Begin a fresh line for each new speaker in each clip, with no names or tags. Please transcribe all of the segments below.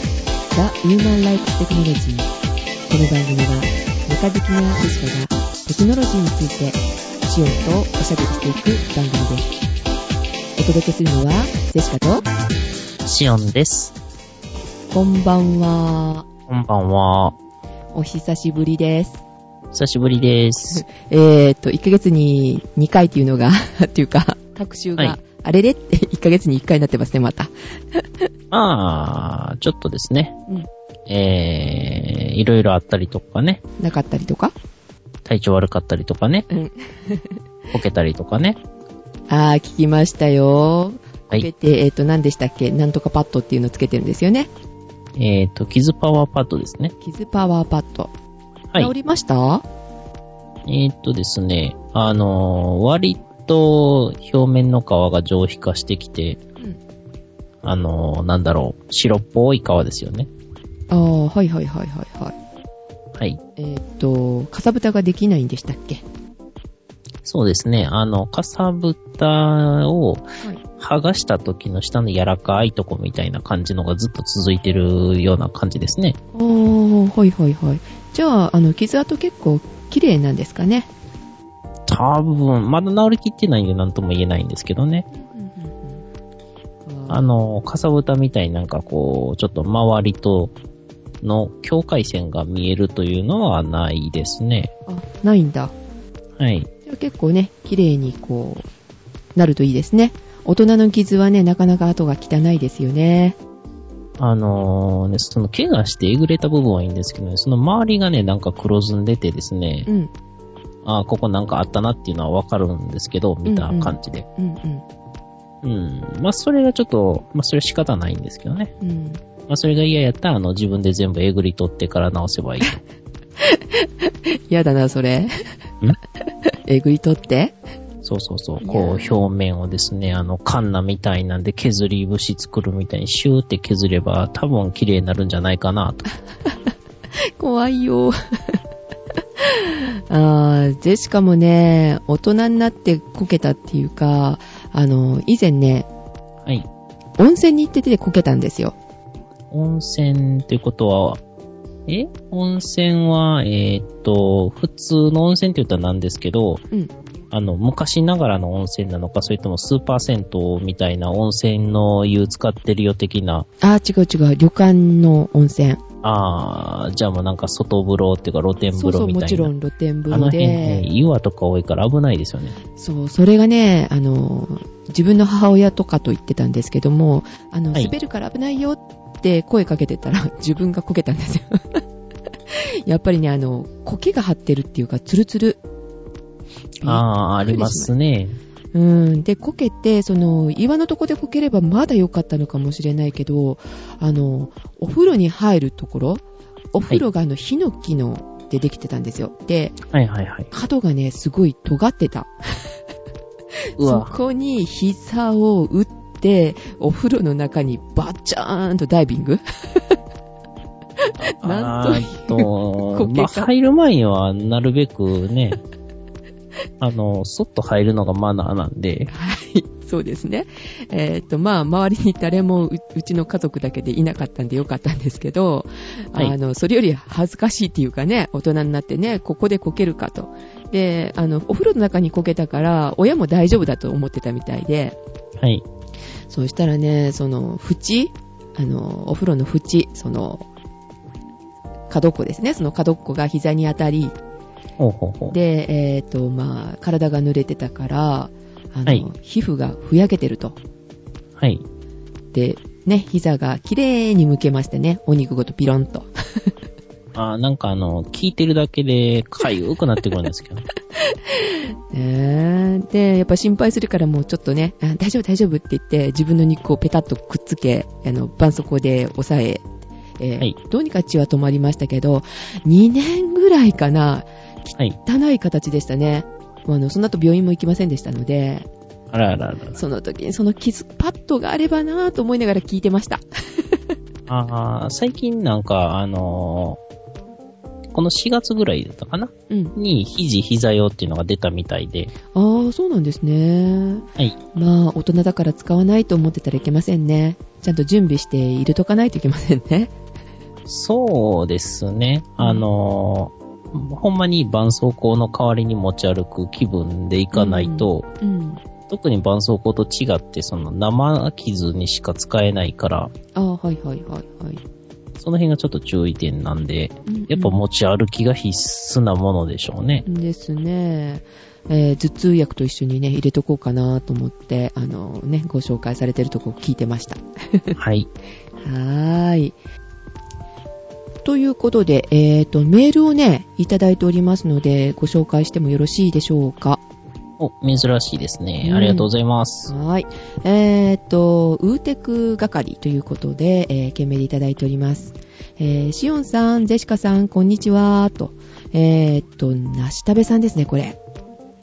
The Human Rights Technology この番組はメカ好きなアスシカがテクノロジーについてシオンとおしゃべりしていく番組ですお届けするのはゼシカと
シオンです。
こんばんは
こんばんは。
お久しぶりです
久しぶ りです。
えーと1ヶ月に2回っていうのが っていうか各週が、
はい
あれれって1ヶ月に1回になってますねまた
まあ、ちょっとですね。
うん
えー、いろいろあったりとかね。
なかったりとか
体調悪かったりとかね。
うん
こけたりとかね。
あー聞きましたよ
は
受け
い。
て、えっ、と、何でしたっけなんとかパッドっていうのつけてるんですよね。
えーと、傷パワーパッドですね。
傷パワーパッド。
は
治
い。
りました
えーとですね、あのー割と表面の皮が上皮化してきて、
ん
あのーなんだろう、白っぽい皮ですよね。
ああ、はいはいはいはいはい。
はい。
えっ、と、かさぶたができないんでしたっけ
そうですね。あの、かさぶたを剥がした時の下の柔らかいとこみたいな感じのがずっと続いてるような感じですね。
ああ、はいはいはい。じゃあ、あの、傷跡結構綺麗なんですかね。
多分、まだ治りきってないんで何とも言えないんですけどね。あ
の、
の、かさぶたみたいになんかこう、ちょっと周りとの境界線が見えるというのはないですね。
あ、ないんだ。
はい。
じゃあ結構ね、綺麗にこう、なるといいですね。大人の傷はね、なかなか跡が汚いですよね。
あのね、その怪我してえぐれた部分はいいんですけどね、その周りがね、なんか黒ずんでてですね、
うん、
あーここなんかあったなっていうのはわかるんですけど、見た感じで。
うん、うん。
うん、まあ、それがちょっと、まあ、それは仕方ないんですけどね。
うん、
まあ、それが嫌やったら、あの、自分で全部えぐり取ってから直せば いいと。
やだな、それ。 えぐり取って。
そうそうそう。
いや
こう、表面をですね、あの、カンナみたいなんで削り節作るみたいに、シューって削れば、多分綺麗になるんじゃないか なと。
怖いよ。 あージェシカもね、大人になってこけたっていうか、あの、以前ね、
はい。
温泉に行っててこけたんですよ。
温泉ってことは、え温泉は、えーっと、普通の温泉って言ったらなんですけど、
うん。
あの、昔ながらの温泉なのか、それともスーパー銭湯みたいな温泉の湯使ってるよ的な、
あー、違う違う、旅館の温泉。
あー、じゃあもうなんか外風呂っていうか露天
そう
風
そ
呂
う、
み
も
た
ち
い
ろ
な。
ん露天風
あの
呂
辺ね、
で。
岩とか多いから危ないですよね。
そう、それがね、あの、自分の母親とかと言ってたんですけども、あの、
はい
滑るから危ないよって声かけてたら、 自分がこけたんですよ。 やっぱりね、あの、苔が張ってるっていうか、ツルツル。
あー、ありますね。
うん。で、こけて、その、岩のとこでこければまだ良かったのかもしれないけど、あの、お風呂に入るところ、お風呂があの、ヒノキの、でできてたんですよ。で、
はいはいはい。
角がね、すごい尖ってた。そ
うわ、
こに膝を打って、お風呂の中にバチャーンとダイビング なんと
あ
いう
ーっと
こ、け
まあ、
方
入る前にはなるべく ね、あの、そっと入るのがマナーなんで、
はい、そうですね。えーっと、まあ、周りに誰もううちの家族だけでいなかったんでよかったんですけど、
はい
あの、それより恥ずかしいっていうかね、大人になってね、ここでこけるかと。で、あの、お風呂の中にこけたから、親も大丈夫だと思ってたみたいで、
はい。
そうしたらね、その、縁あの、お風呂の縁、その、角っこですね。その角っこが膝に当たり、
ほうほうほう。
で、えっ、と、まあ、体が濡れてたから、あの、
はい
皮膚がふやけてると。
はい。
で、ね、膝が綺麗に向けましてね、お肉ごとピロンと。
あーなんかあの、聞いてるだけで、かゆくなってくるんです けど。
ねえで、やっぱ心配するからもうちょっとね、あ大丈夫大丈夫って言って、自分の肉をペタッとくっつけ、あの、絆創膏で押さえ、えー
はい
どうにか血は止まりましたけど、2年ぐらいかな、
はい。
汚い形でしたね。もうあの、その後病院も行きませんでしたので、
あらあらあら。
その時にその傷、パッドがあればなぁと思いながら聞いてました。
あー最近なんか、あのーこの4月ぐらいだったかな
うん。
に、肘、膝用っていうのが出たみたいで、
ああ、そうなんですね。
はい。
まあ、大人だから使わないと思ってたらいけませんね。ちゃんと準備して入れとかないといけませんね。
そうですね。あの、ほんまに絆創膏の代わりに持ち歩く気分でいかないと、
うん。
特に絆創膏と違って、その生傷にしか使えないから、
ああ、はいはいはいはい。
その辺がちょっと注意点なんで、
うん
やっぱ持ち歩きが必須なものでしょうね。
うんですね。えー頭痛薬と一緒にね、入れとこうかなと思って、あのね、ご紹介されてるとこ聞いてました。
はい。
はーい。ということで、えっ、と、メールをね、いただいておりますので、ご紹介してもよろしいでしょうか。
お、珍しいですね
う。ん
ありがとうございます。
はーい。えっ、と、ウーテク係ということで、えー、懸命でいただいております。えー、シオンさん、ジェシカさん、こんにちは、と。えっ、と、なしたべさんですね、これ。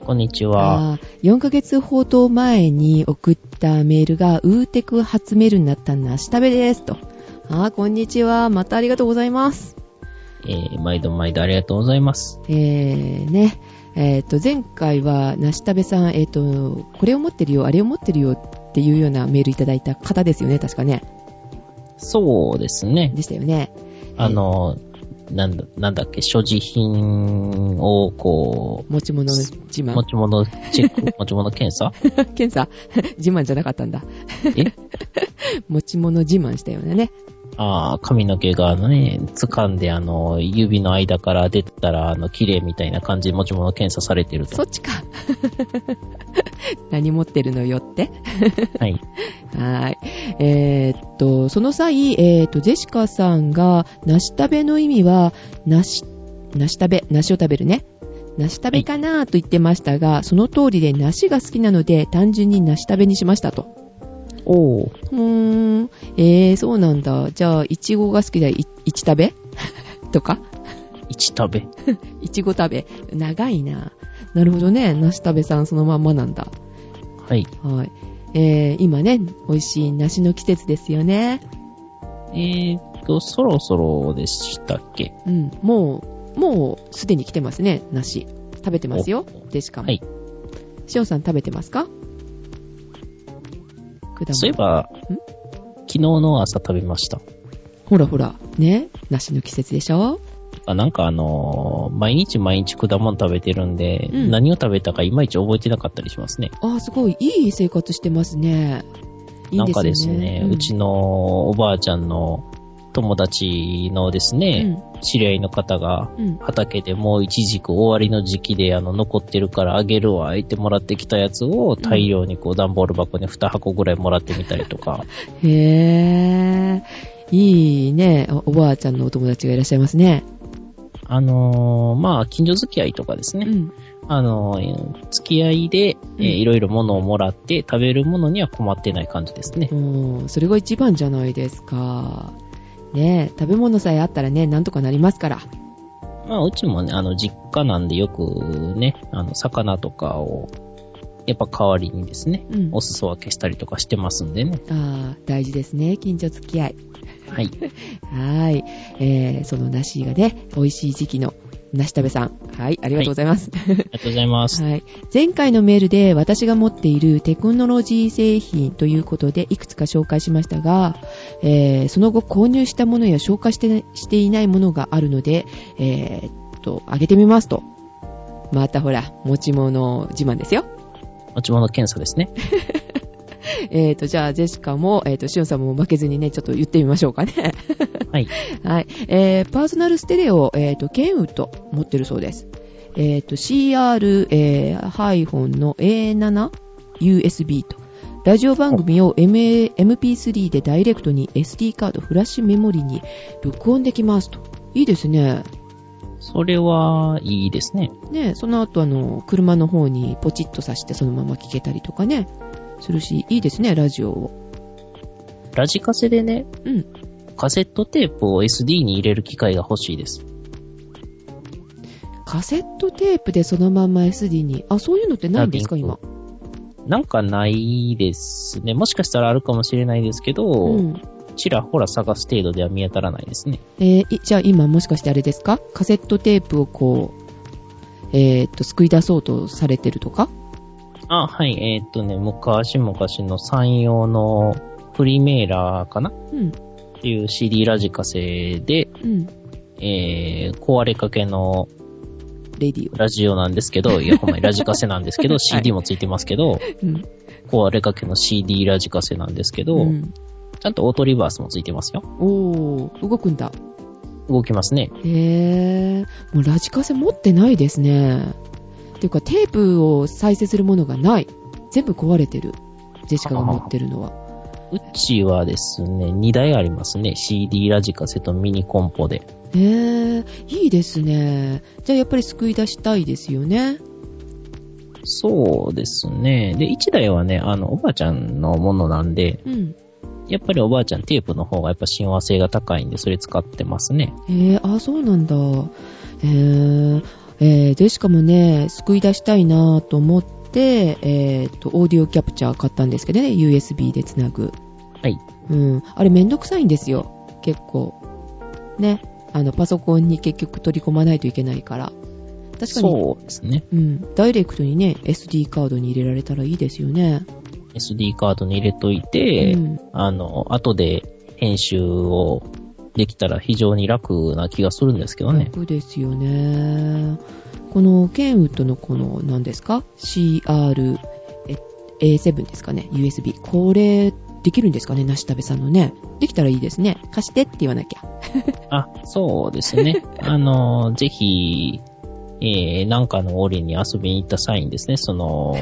こんにちは。
あー4ヶ月ほど前に送ったメールが、ウーテク初メールになったなしたべです、と。あーこんにちは。またありがとうございます。
えー、毎度毎度ありがとうございます。
えー、ね、えっ、と、前回は、なしたべさん、えっ、と、これを持ってるよ、あれを持ってるよっていうようなメールいただいた方ですよね、確かね。
そうですね。
でしたよね。
あの、なんだ、なんだっけ、所持品を、こ
持ち物自
う、
慢
持。ち物チェッ ク、持ち物検査
検査 自慢じゃなかったんだ。
え
持ち物自慢したよね。
ああ、髪の毛がね、掴んで、あの、指の間から出たら、あの、綺麗みたいな感じで持ち物検査されてる
そ
と。
っちか。 何持ってるのよって。
はい。
はい。えーっと、その際、えーっと、ジェシカさんが、なし食べの意味は、なし、なし食べ、梨を食べるね。なし食べかなと言ってましたが、その通りで梨が好きなので、単純になし食べにしましたと。
おー。
うーん。えー、そうなんだ。じゃあ、いちごが好きだ、いいち食べ とか
一食べ。
いちご食べ。長いな。なるほどね。なし食べさんそのまんまなんだ。
はい。
はい。えー、今ね、美味しい梨の季節ですよね。
えーっと、そろそろでしたっけ
うん、もう、もうすでに来てますね、梨。食べてますよ
お。
でしかも。
はい。
しおんさん食べてますか果物。
そういえば、昨日の朝食べました。
ほらほら、ね、梨の季節でしょ
あなんかあのー毎日毎日果物食べてるんで、
うん
何を食べたかいまいち覚えてなかったりしますね。
ああ、すごい、いい生活してますね。いいん
なん
ですよね。
かですね、
ん
うちのおばあちゃんの友達のですね、知り合いの方が、
うん、うん。
畑でもう一軸終わりの時期であの残ってるからあげるわ、言ってもらってきたやつを大量にこう段ボール箱に2箱ぐらいもらってみたりとか、
へえ、いいね、おおばあちゃんのお友達がいらっしゃいますね。
あのーまあ、近所付き合いとかです
う
ね、
ん。
あの、えー付き合いで、えー
うん
いろいろ物をもらって食べるものには困ってない感じですね。
もう、それが一番じゃないですか。ね食べ物さえあったらね、なんとかなりますから。
まあ、うちもね、あの、実家なんでよくね、あの、魚とかを、やっぱ代わりにですね、
うん。
お裾分けしたりとかしてますんでね。
ああ、大事ですね。近所付き合い。
はい。
はーい。えー、その梨がね、美味しい時期の梨食べさん。はい、ありがとうございます。
ありがとうございます。
はい。前回のメールで私が持っているテクノロジー製品ということでいくつか紹介しましたが、えー、その後購入したものや消化してなしていないものがあるので、えー、っと、あげてみますと。またほら、持ち物自慢ですよ。
持ち物検査で すね。
えー、と、じゃあ、ジェシカも、えー、と、シオンさんも負けずにね、ちょっと言ってみましょうかね。
はい。
はい。えー、パーソナルステレオ、えー、と、ケンウと持ってるそうです。えー、と、CR、えー、ハイフォンの A7USB と。ラジオ番組を MA MP3 でダイレクトに SD カード、フラッシュメモリに録音できますと。いいですね。
それは、いいですね。
ね、その後あの、車の方にポチッと挿してそのまま聞けたりとかね、するし、いいですね、ラジオを。
ラジカセでね、
うん
カセットテープを SD に入れる機械が欲しいです。
カセットテープでそのまま SD に。あ、そういうのってないんですか、
ダビング
今。
なんかないですね。もしかしたらあるかもしれないですけど、
うん。
ちらほら探す程度では見当たらないですね。
えーいじゃあ今もしかしてあれですかカセットテープをこう、えーっと、救い出そうとされてるとか
あ、はい、えーっとね、昔々の山陽のフリーメーラーかな
うん。
っていう CD ラジカセで、
うん。
えー、壊れかけの
レディ
ラジオなんですけど、いや、ほんまにラジカセなんですけど、CD もついてますけ
オ。
ど、
うん。
壊れかけの CD ラジカセなんですけど、
ん、
ちゃんとオートリバースもついてますよ。
おー、動くんだ。
動きますね。
へえ、もうラジカセ持ってないですね。ていうか、テープを再生するものがない。全部壊れてる。ジェシカが持ってるのは。
うちはですね、2台ありますね。CD ラジカセとミニコンポで。
へえ、いいですね。じゃあやっぱり救い出したいですよね。
そうですね。で、1台はね、あの、おばあちゃんのものなんで、
うん。
やっぱりおばあちゃんテープの方がやっぱ親和性が高いんで、それ使ってますね。
へえ、あ、そうなんだ。へえ、えー、ジェシカもね、救い出したいなと思って、えっ、と、オーディオキャプチャー買ったんですけどね、USB でつなぐ。
はい。
うん。あれめんどくさいんですよ。結構。ね。あの、パソコンに結局取り込まないといけないから。確かに。
そうですね。
うん。ダイレクトにね、SD カードに入れられたらいいですよね。
SD カードに入れといて、
うん。
あの、後で編集をできたら非常に楽な気がするんですけどね。
楽ですよね。この、ケンウッドのこの、何ですか ?CR、A7 ですかね ?USB。これ、できるんですかねなしたべさんのね。できたらいいですね。貸してって言わなきゃ。
あ、そうですね。 あの、ぜひ、えー、なんかの折に遊びに行った際にですね、そ の、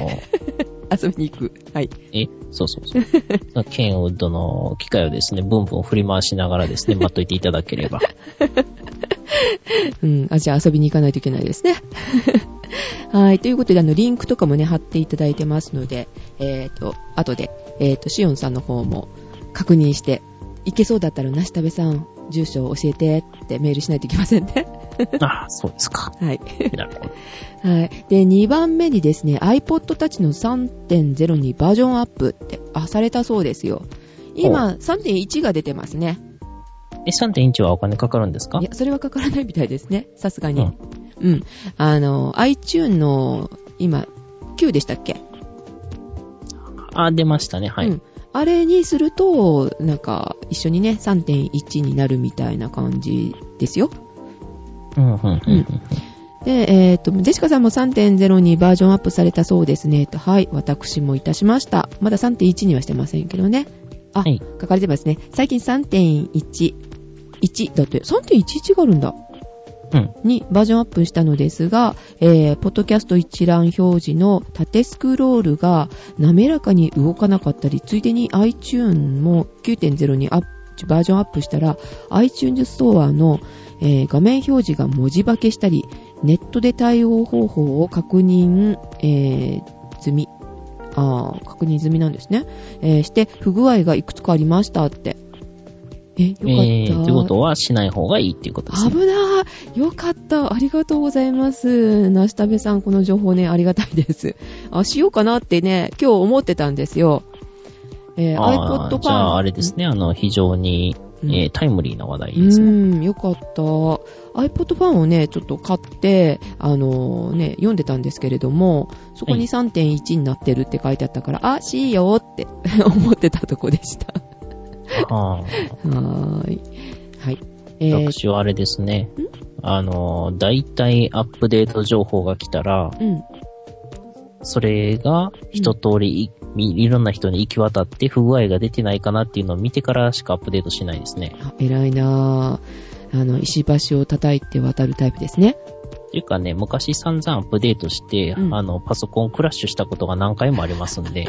遊びに行く。はい。
え、そうそうそう。そのケンウッドの機械をですね、ブンブン振り回しながらですね、待っといていただけ れば。
うん、あ、じゃあ遊びに行かないといけないですね。 はい。ということで、あの、リンクとかもね、貼っていただいてますので、えっ、と、後で、えっ、と、シオンさんの方も確認して、行けそうだったら、なしたべさん、住所を教えてってメールしないといけませんね。
あ、そうですか。
はい。
なるほど。
はい。で、2番目にですね、iPod たちの3.0にバージョンアップって、あ、されたそうですよ。今、3.1が出てますね。
え、3.1はお金かかるんですか
いや、それはかからないみたいですね。さすがに。
うん
うん。あの、iTune の、今、9でしたっけ
あ、出ましたね。はい。
うんあれにすると、なんか、一緒にね、3.1になるみたいな感じですよ。
うん、うん、うんうん。
で、えっ、と、ジェシカさんも3.0にバージョンアップされたそうですね。とはい、私もいたしました。まだ3.1にはしてませんけどね。あ、
はい
書かれてますね。最近3.11、1だって、3.11があるんだ。
うん。
にバージョンアップしたのですが、えー、ポッドキャスト一覧表示の縦スクロールが滑らかに動かなかったり、ついでに iTune も9.0にアップバージョンアップしたら、iTunes ストアの、えー画面表示が文字化けしたり、ネットで対応方法を確認、えー済み、あー確認済みなんですね。えーして、不具合がいくつかありましたって。え、よかった。
えー、ということはしない方がいいっていうことですね。
危ないよかったありがとうございます。なしたべさん、この情報ね、ありがたいです。あ、しようかなってね、今日思ってたんですよ。えー
あ
iPod
ー
Pro
じゃあ、あれですね、あの、非常に、
うん
えータイムリーな話題ですね。
うん、よかった。iPod 版をね、ちょっと買って、あのね、読んでたんですけれども、そこに3.1になってるって書いてあったから、あ、しようって 思ってたとこでした。
ああ、
はーい。はい。 えー
私はあれですね、あの、大体アップデート情報が来たら、
うん。
それが一通りい、いいろんな人に行き渡って不具合が出てないかなっていうのを見てからしかアップデートしないですね。
あ偉いなぁ。あの、石橋を叩いて渡るタイプですね。
っていうかね、昔散々アップデートして、
うん
あの、パソコンクラッシュしたことが何回もありますん で、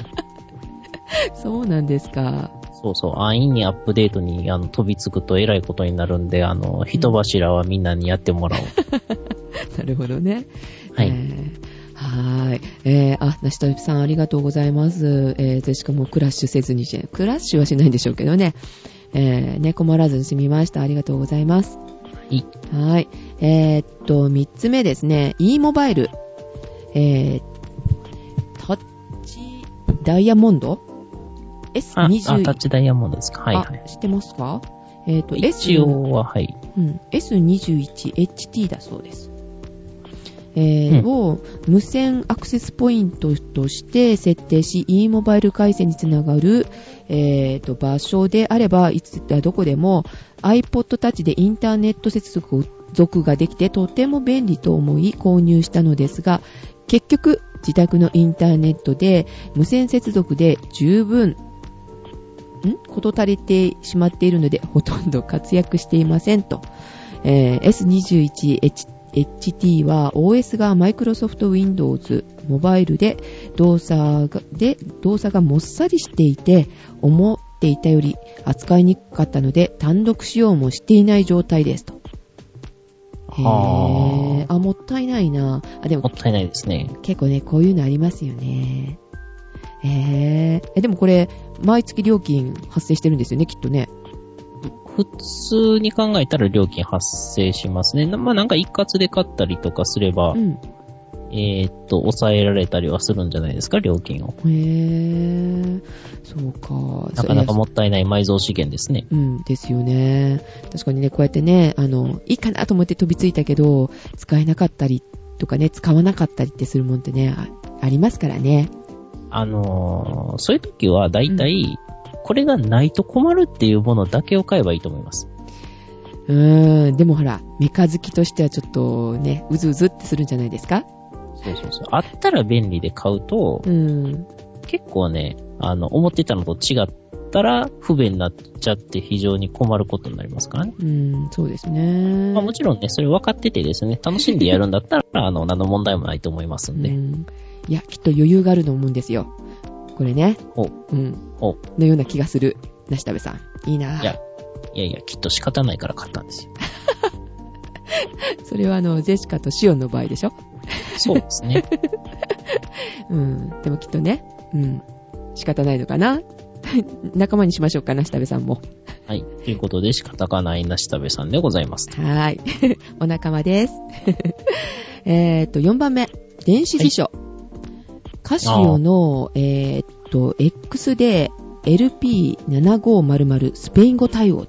そうなんですか。
そうそう、安易にアップデートにあの飛びつくとえらいことになるんで、あの、人柱はみんなにやってもらおう。
なるほどね。
はい
えーはーい。えー、あ、なしとさんありがとうございます。えー、でしかもクラッシュせずにして、クラッシュはしないんでしょうけどね。えー、ね、困らずに済みました。ありがとうございます。
い
はーい。えー、っと、三つ目ですね。e モバイル。えー、タッチ、ダイヤモンド
あ、あ、
?S21。
タッチダイヤモンドですか。はいはい。
あ知ってますかえっ、と、S、
一応は、はい。
うん、S21HT だそうです。えー
うん
を無線アクセスポイントとして設定し、e モバイル回線につながる、えーと場所であれば、いつあどこでも iPod Touch でインターネット接続ができてとても便利と思い購入したのですが、結局自宅のインターネットで無線接続で十分んこと足りてしまっているのでほとんど活躍していませんと、えー S21HT は OS が Microsoft Windows モバイルで動作がで動作がもっさりしていて思っていたより扱いにくかったので単独使用もしていない状態ですと。へ
は
ーあ、もったいないな。あ、でも
もったいないですね。
結構ね、こういうのありますよね。えー、え、でもこれ、毎月料金発生してるんですよね、きっとね。
普通に考えたら料金発生しますね。なまあなんか一括で買ったりとかすれば、
うん。
えーっと、抑えられたりはするんじゃないですか、料金を。
へー、そうか。
なかなか
そ
もったいない埋蔵資源ですね。
ういやうん、ですよね。確かにね、こうやってね、あの、いいかなと思って飛びついたけど、使えなかったりとかね、使わなかったりってするもんってね、あありますからね。
あのーそういう時は大体、これがないと困るっていうものだけを買えばいいと思います。
うーん、でもほら、メカ好きとしてはちょっとね、うずうずってするんじゃないですか
そうそうそう。あったら便利で買うと、
うん。
結構ね、あの、思ってたのと違ったら不便になっちゃって非常に困ることになりますからね。
うん、そうですね。
まあもちろんね、それ分かっててですね、楽しんでやるんだ ったら、あの、何の問題もないと思いますん
う
で。
んいや、きっと余裕があると思うんですよ。これね。
お
うん。
お
のような気がする。なしたべさん。いいない
や、いやいや、きっと仕方ないから買ったんですよ。
それはあの、ジェシカとシオンの場合でしょ
そうです ね。
うん。でもきっとね。うん。仕方ないのかな 仲間にしましょうかな、したべさんも。
はい。ということで、仕方がないなしたべさんでございます。
はーい。 お仲間です。 えーっと、4番目。電子辞書。カシオの、えーっと、X で LP7500 スペイン語対応。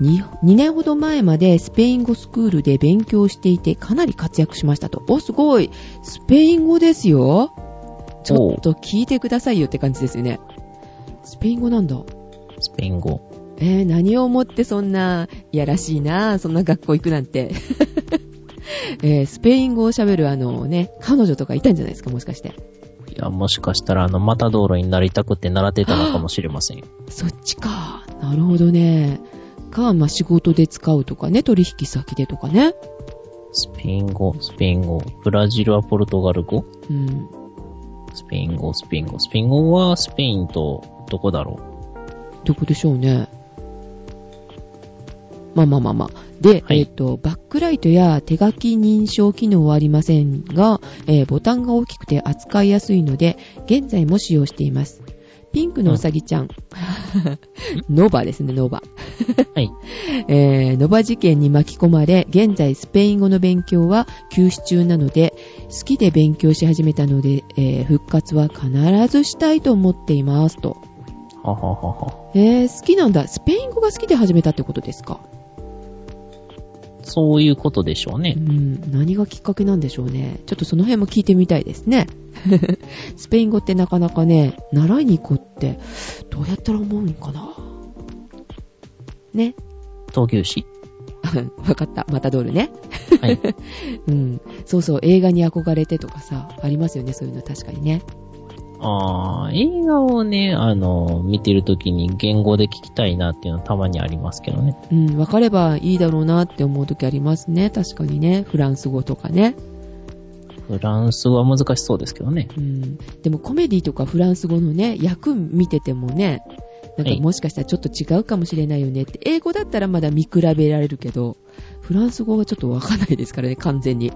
に2年ほど前までスペイン語スクールで勉強していてかなり活躍しましたと。お、すごいスペイン語ですよちょっと聞いてくださいよって感じですよね。スペイン語なんだ。
スペイン語。
えー何を思ってそんな、いやらしいな、そんな学校行くなんて。 えースペイン語を喋るあのね、彼女とかいたんじゃないですか、もしかして。
いや、もしかしたら、あの、また道路になりたくて習ってたのかもしれませんよ。
そっちか。なるほどね。か、まあ、仕事で使うとかね、取引先でとかね。
スペイン語、スペイン語。ブラジルはポルトガル語
うん。
スペイン語、スペイン語。スペイン語はスペインと、どこだろ
どこでしょうね。まあまあまあまあ。で、
はい
えっ、と、バックライトや手書き認証機能はありませんが、えーボタンが大きくて扱いやすいので、現在も使用しています。ピンクのうさぎちゃん。 ノバですね、ノバ。
うはい。
えー、ノバ事件に巻き込まれ、現在スペイン語の勉強は休止中なので、好きで勉強し始めたので、えー復活は必ずしたいと思っていますと。
はははは。
えー、好きなんだ。スペイン語が好きで始めたってことですか。
そういうことでしょうね
う。ん、何がきっかけなんでしょうね。ちょっとその辺も聞いてみたいですね。 スペイン語ってなかなかね、習いに行こうって、どうやったら思うんかな。ね。
闘牛士
わかった。またドールね。
はい。
うん。そうそう、映画に憧れてとかさ、ありますよね、そういうの確かにね。
ああ、映画をね、あの、見てるときに言語で聞きたいなっていうのはたまにありますけどね。
うん、わかればいいだろうなって思う時ありますね。確かにね。フランス語とかね。
フランスは難しそうですけどね。
うん、でもコメディとかフランス語のね、役見ててもね、なんか
はい
もしかしたらちょっと違うかもしれないよねって、英語だったらまだ見比べられるけど、フランス語はちょっとわかんないですからね、完全に。ね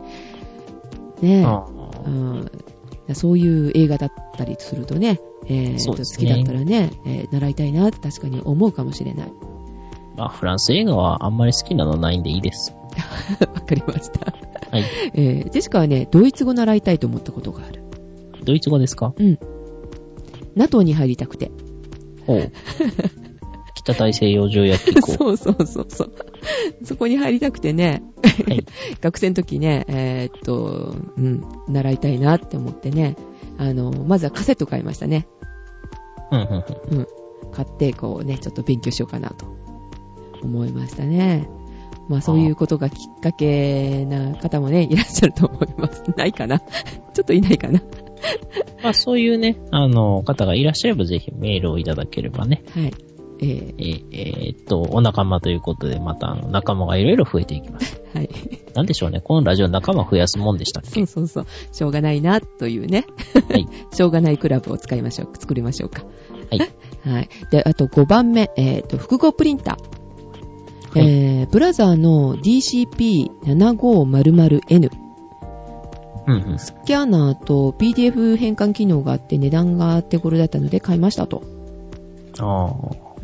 え、
あ
う
ー
ん、そういう映画だったりするとね、えー
そうです
好き
ね
だったらね、えー習いたいなって確かに思うかもしれない。
まあ、フランス映画はあんまり好きなのないんでいいです。
わかりました。
はい。
えージェシカはね、ドイツ語習いたいと思ったことがある。
ドイツ語ですか
うん。NATO に入りたくて。
ほう。北大西洋条約機 構。
そうそうそうそう。そこに入りたくてね、
はい。
学生の時ね、えーっと、うん、習いたいなって思ってね、あの、まずはカセット買いましたね。
うんうんうん。
買って、こうね、ちょっと勉強しようかなと思いましたね。まあそういうことがきっかけな方もね、いらっしゃると思います。 ないかなちょっといないかな
まあそういうね、あの、方がいらっしゃればぜひメールをいただければね、
はい。えー
えーえーっと、お仲間ということで、またあの仲間がいろいろ増えていきます。
はい。
なんでしょうね、このラジオ仲間増やすもんでしたっ
そ
け
うそうそう。しょうがないな、というね。
はい。
しょうがないクラブを使いましょう。作りましょうか。
はい。
はい。で、あと5番目、えっ、と、複合プリンター。
はい
えー、ブラザーの DCP7500N。
うんうん。
スキャナーと PDF 変換機能があって値段が手頃だったので買いましたと。
あ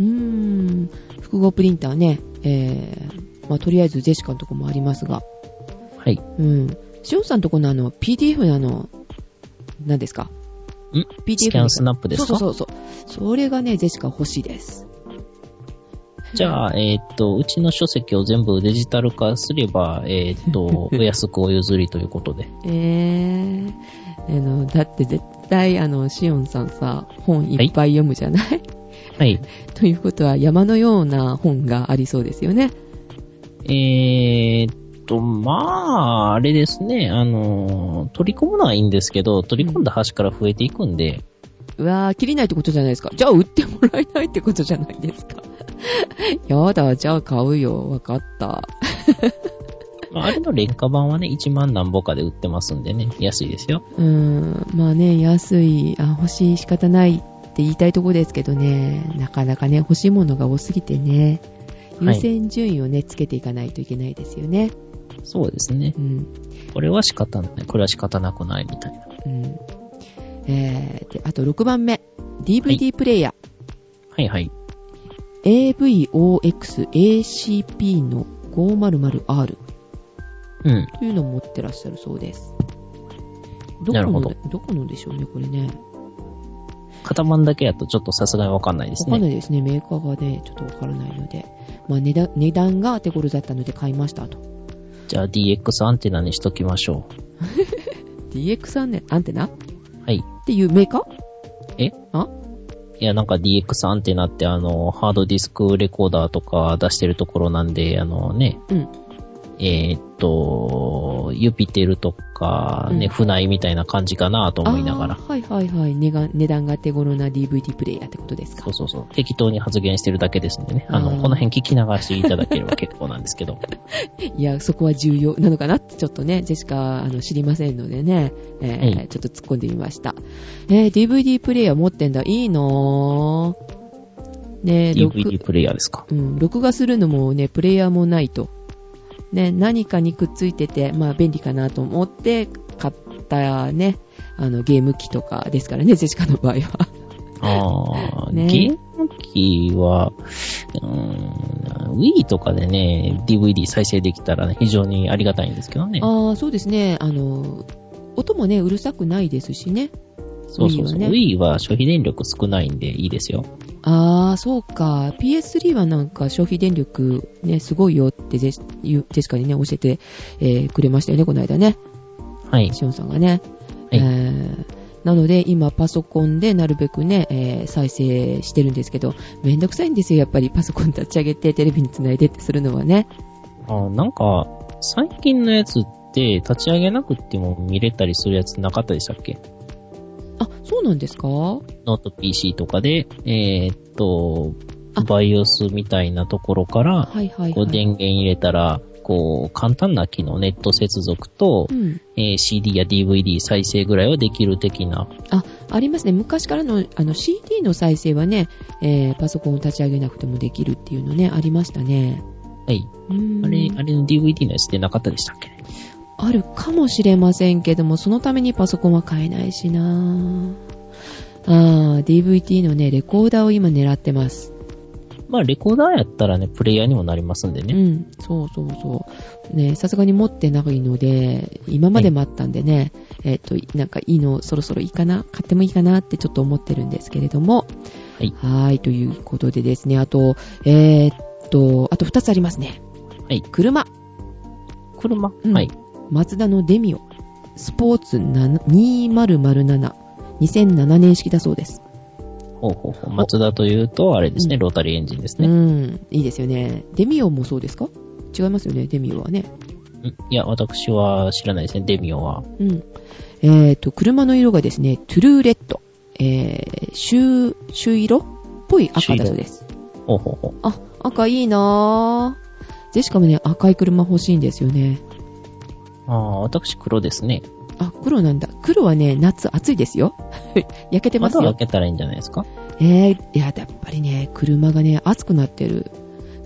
うーん。複合プリンターね。えー、まあ、とりあえずジェシカのとこもありますが。
あ、はい。
うん。しおんさんのとこのあの、PDF のあの、何ですか
ん
?PDF
スキャンスナップですか
そうそうそうそう。それがね、ジェシカ欲しいです。
じゃあ、えーっと、うちの書籍を全部デジタル化すれば、えーっ と、お安くお譲りということで。
えー、あの、だって絶対あの、しおんさんさ、本いっぱい読むじゃない、
はい。
ということは山のような本がありそうですよね。
えーっと、まあ、あれですね、あの、取り込むのはいいんですけど、取り込んだ端から増えていくんで、
うわー、切りないってことじゃないですか。じゃあ売ってもらえないってことじゃないですか。 やだ、じゃあ買うよ。わかった。
まあ、あれの劣化版はね、1万何ぼかで売ってますんでね、安いですよ。
うーん、まあね、安い、あ、欲しい仕方ないって言いたいとこですけどね、なかなかね、欲しいものが多すぎてね、優
はい
先順位をね、つけていかないといけないですよね。
そうですね。
うん、
これは仕方ない。これは仕方なくないみたいな。
うん。えー、で、あと6番目、DVD プレイヤー。
はいはい。
AVOXACP の 500R
うん。
というのを持ってらっしゃるそうです。ど
なる
こ
ほ
の
ど
どこのでしょうね、これね。
型番だけやとちょっとさすがにわかんないです
わかんな
ね。
いですね。メーカーがね、ちょっとわからないので。まあ値段、値段が手頃だったので買いましたと。
じゃあ DX アンテナにしときましょ
DX アンテナアンテナっ
う。はい。
ていうメーカー
え
あ
いや、なんか DX アンテナってあの、ハードディスクレコーダーとか出してるところなんで、あのね、
うん。
えーっと、ユピテルとか、ね、
うん
船井みたいな感じかなと思いなが
あ
ら。
ーはいはいはい。値が値段が手頃な DVD プレイヤーってことですか
そう。そうそう。適当に発言してるだけですんでね。あの、
あー
この辺聞き流していただければ結構なんですけど。
いや、そこは重要なのかなって、ちょっとね、ジェシカ、あの、知りませんのでね、えー
はい
ちょっと突っ込んでみました。えー DVD プレイヤー持ってんだ。いいのーね録
DVD プレイヤーですか。
うん、録画するのもね、プレイヤーもないと。ね、何かにくっついてて、まあ便利かなと思って買ったね、あのゲーム機とかですからね、ジェシカの場合は。
ああ、
ね
ゲーム機は、うーん、Wii とかでね、DVD 再生できたらね、非常にありがたいんですけどね。
ああ、そうですね、あの、音もね、うるさくないですしね。
そうそうそう。
Wii は
Wii は消費電力少ないんでいいですよ。
ああ、そうか。PS3 はなんか消費電力ね、すごいよってジェシジェシカにね、教えて、えーくれましたよね、この間ね。
はい。
シオンさんがね。
は
え
い
ーなので、今、パソコンでなるべくね、えー再生してるんですけど、めんどくさいんですよ、やっぱり。パソコン立ち上げて、テレビにつないでってするのはね。
あーなんか、最近のやつって立ち上げなくても見れたりするやつなかったでしたっけ
あ、そうなんですか
ノート PC とかで、えーっと
あ、
BIOS みたいなところから、
はいはい
こう
はい。
電源入れたら、こう、簡単な機能、ネット接続と
う、ん。
えー CD や DVD 再生ぐらいはできる的な。
あ、ありますね。昔からの、あの、CD の再生はね、えーパソコンを立ち上げなくてもできるっていうのね、ありましたね。
はい。
うーん
あれ、あれの DVD のやつってなかったでしたっけね
あるかもしれませんけども、そのためにパソコンは買えないしなあー DVD のね、レコーダーを今狙ってます。
まあ、レコーダーやったらね、プレイヤーにもなりますんで
う
ね。
ん、そうそうそう。ね、さすがに持ってないので、今までもあったんでね、えっ、と、なんかいいの、そろそろいいかな、買ってもいいかなってちょっと思ってるんですけれども。
はい
ーい、ということでですね、あと、えーっと、あと2つありますね。
はい
車、
車、
うん
はい。
マツダのデミオ、スポーツ7 2007、2007年式だそうです。
ほうほうほう。マツダというと、あれですね、ロータリーエンジンです
う
ね。
ん、いいですよね。デミオもそうですか違いますよね、デミオはね。
うんいや、私は知らないですね、デミオは。
うん。えっ、と、車の色がですね、トゥルーレッド、えー、シュー、シュー色っぽい赤だそうです。
ほうほうほう。
あ、赤いいなぁ。ジェシカもね、赤い車欲しいんですよね。
ああ、私黒ですね。
あ、黒なんだ。黒はね、夏暑いですよ。 焼けてます
窓を
よ
開。けたらいいんじゃないですか
えー、いや、やっぱりね、車がね、暑くなってる。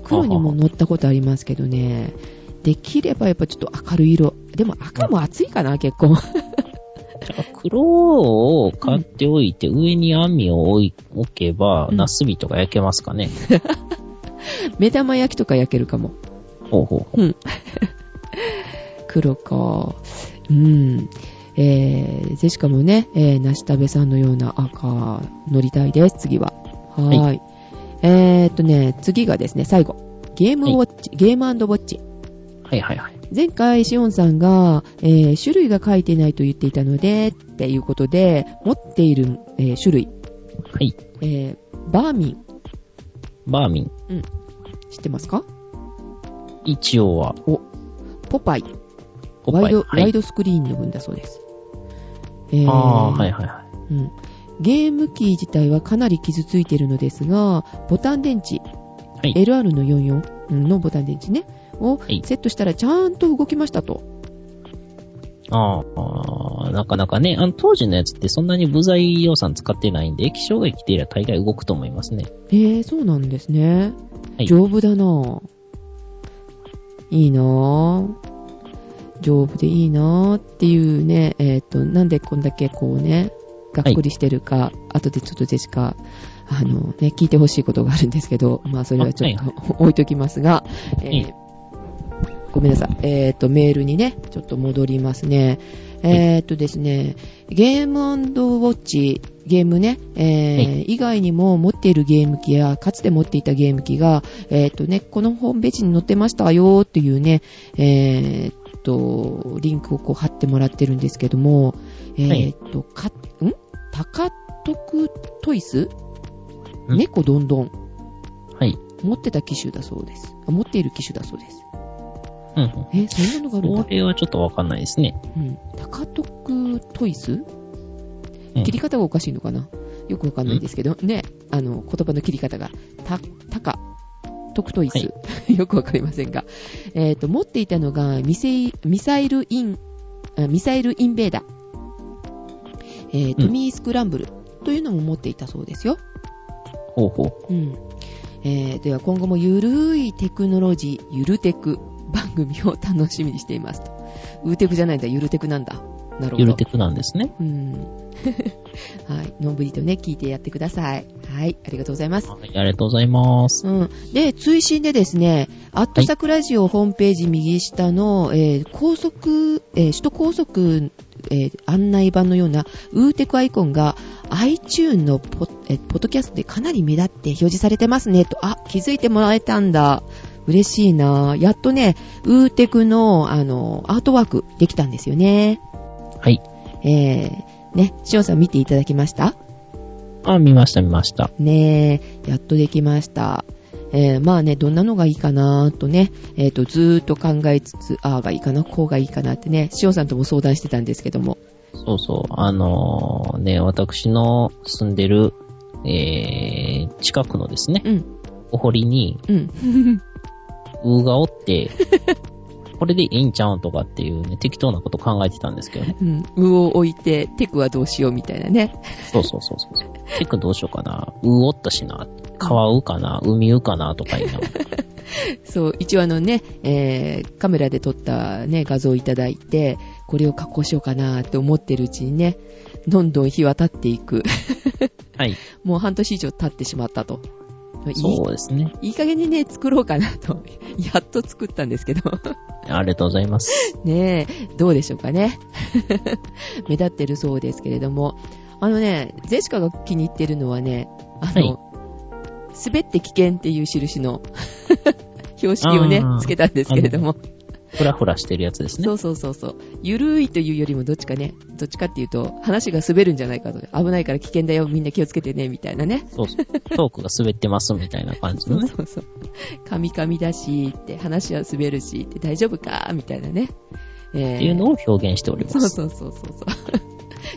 黒にも乗ったことありますけどね、できればやっぱちょっと明るい色。でも赤も暑いかな、結構。
じゃあ黒を買っておいて、上に網を置い置けば、
うん
ナスビとか焼けますかね。
目玉焼きとか焼けるかも。
ほうほうほう。
黒か。うん。えー、ジェシカもね、えー、なしたべさんのような赤乗りたいです、次は。はーい。
は
えーっとね、次がですね、最後。ゲームウォッチ、ゲームウォッチ。
はいはいはい。
前回、シオンさんが、えー種類が書いてないと言っていたので、っていうことで、持っている、えー種類、
はい。
えーバーミン、
バーミン。
知ってますか
一応は、
ポパイ、
ポ
ワ
パ
イ
イ。
ド、
は
ワイ
い。
ドスクリーンの分だそうです。えー
ああー、はいはいはい。
うんゲーム機自体はかなり傷ついているのですが、ボタン電池、
い
LR の44うんのボタン電池ね、を
はい
セットしたらちゃんと動きましたと。
あーあー、なかなかね、あの、当時のやつってそんなに部材予算使ってないんで、液晶が生きていれば大概動くと思いますね。
えー、そうなんですね。
はい
丈夫だなぁいいなぁ丈夫でいいなぁっていうね、えっ、と、なんでこんだけこうね、がっくりしてるか、後でちょっとジェシカ、あのね、聞いてほしいことがあるんですけど、まあそれはちょっと、
あは
置いときますが、えー
いい
ごめんなさい。えっ、と、メールにね、ちょっと戻りますね。えっ、とですね、ゲームウォッチ、ゲームね、えー
は
以外にも持っているゲーム機や、かつて持っていたゲーム機が、えっ、とね、このホームページに載ってましたよっていうね、えっ、と、リンクをこう貼ってもらってるんですけども、えっ、と、か、ん高徳トイス
ん
猫どんどん。
はい。
持ってた機種だそうです。あ持っている機種だそうです。
うんうん。
え、そんなのがあるんだ
こ。れはちょっとわかんないですね。
うん。高徳トイス
うん
切り方がおかしいのかなよくわかんないですけど、ね、あの、言葉の切り方が、た、たか、徳トイス。
は
よくわかりませんが。えっ、と、持っていたのが、ミセイ、ミサイルイン、あミサイルインベーダー。えー、トミースクランブルというのも持っていたそうですよ。
ほうほう。
うん。えーでは今後もゆるいテクノロジー、ゆるテク番組を楽しみにしていますと。ウーテクじゃないんだ、ゆるテクなんだ。なるほど。
ゆるテクなんですね。
うん。 はい。のんぶりとね、聞いてやってください。はい。ありがとうございます。
はい、ありがとうございます。
うん。で、追伸でですね、アットサクラジオホームページ右下の、えー高速、えー首都高速、えー案内板のようなウーテクアイコンが iTune のポ,、えーポッドキャストでかなり目立って表示されてますねと、あ、気づいてもらえたんだ。嬉しいなやっとね、ウーテクの、あの、アートワークできたんですよね。
はい。
えー、ね、しおんさん見ていただきました
あ、見ました見ました。
ねえ、やっとできました。えーまあね、どんなのがいいかなとね、えっ、と、ずーっと考えつつ、ああがいいかな、こうがいいかなってね、しおんさんとも相談してたんですけども。
そうそう。あのーね、私の住んでる、えー、近くのですね、
うん、
お堀に、
うん。
ウーがお って、これでいいんちゃうんとかっていうね、適当なこと考えてたんですけどね。
うん。うを置いて、テクはどうしようみたいなね。
そうそうそうそう。テクどうしようかな。ウーおったしな。川うかな。海うかなとか言いながら。
そう、一応あのね、えーカメラで撮ったね、画像をいただいて、これを加工しようかなって思ってるうちにね、どんどん日は経っていく。
はい。
もう半年以上経ってしまったと。いい
そうですね。
いい加減にね、作ろうかなと。やっと作ったんですけど。
ありがとうございます。
ねえ、どうでしょうかね。 目立ってるそうですけれども。あのね、ゼシカが気に入ってるのはね、あの、滑って危険っていう印の表 標識をね
あー、
つけたんですけれども。
ふらふらしてるやつですね
そ。うそうそうそう。ゆるいというよりもどっちかね、どっちかっていうと、話が滑るんじゃないかと。危ないから危険だよ、みんな気をつけてね、みたいなね。
そうそう。トークが滑ってますみたいな感じ
そ
の
う
ね。
そうそう。カミカミだし、って、話は滑るし、って大丈夫かみたいなね。えー
っていうのを表現しております。
そうそうそうそうそ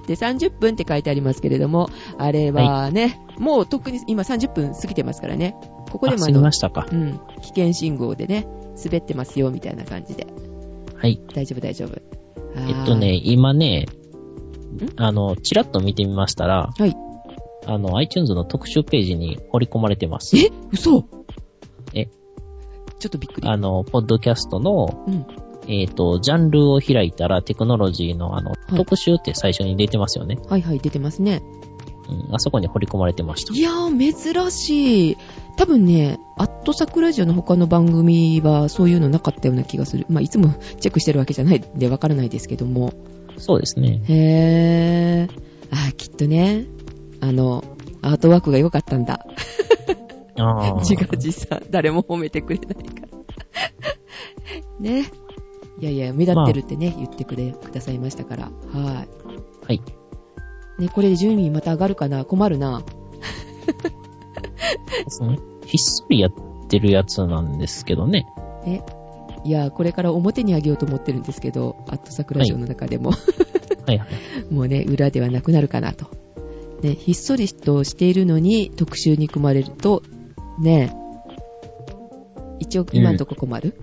う。で、30分って 書いてありますけれども、あれはね、もうとっくに今30分過ぎてますからね。ここでも
あ
あ
すみ
の
ま、したか
う。ん、危険信号でね、滑ってますよ、みたいな感じで。
はい。
大丈夫、大丈夫。あ
え
ー
っと。ね、今ね、あの、ちらっと見てみましたら、
はい。
あの、iTunes の特集ページに掘り込まれてます。
え嘘
え
ちょっとびっくり。
あの、ポッドキャストの、
うん。
えっ、と、ジャンルを開いたらテクノロジーのあの、
い
特集って最初に出てますよね。
はいはい、出てますね。
うん、あそこに掘り込まれてました。
いやー、珍しい。多分ね、アットサクラジオの他の番組はそういうのなかったような気がする。まあ、いつもチェックしてるわけじゃないんでわからないですけども。
そうですね。
へー。あー、きっとね、あの、アートワークが良かったんだ。
ああ。
自画自賛。誰も褒めてくれないから。 ね。いやいや、目立ってるってね、言ってくれ、くださいましたから。は
はい。
い。ね、これで順位また上がるかな困るな。
ですね。ひっそりやってるやつなんですけどね。
えいや、これから表に上げようと思ってるんですけど、アットサクラジオの中でも、
はいはい。
もうね、裏ではなくなるかなと。ね、ひっそりとしているのに特集に組まれると、ね、一応今んとこ困る、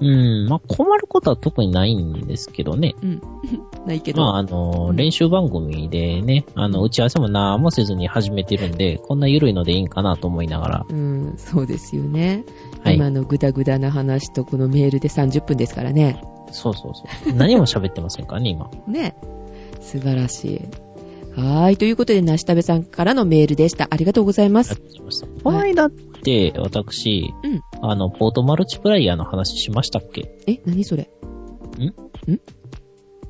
うん、まあ、困ることは特にないんですけどね。
うん、 ないけど。
まあ、あの、練習番組でね、あの、打ち合わせも何もせずに始めてるんで、こんな緩いのでいいんかなと思いながら。
うん、そうですよね。
はい
今のグダグダな話とこのメールで30分ですからね。
そうそうそう。何も喋ってませんからね、今。
ね。素晴らしい。はーい。ということで、なしたべさんからのメールでした。ありがとうございま
やっ
す。
てましたこの間って、私、
うん。
あの、ポートマルチプライヤーの話しましたっけ
え、何それ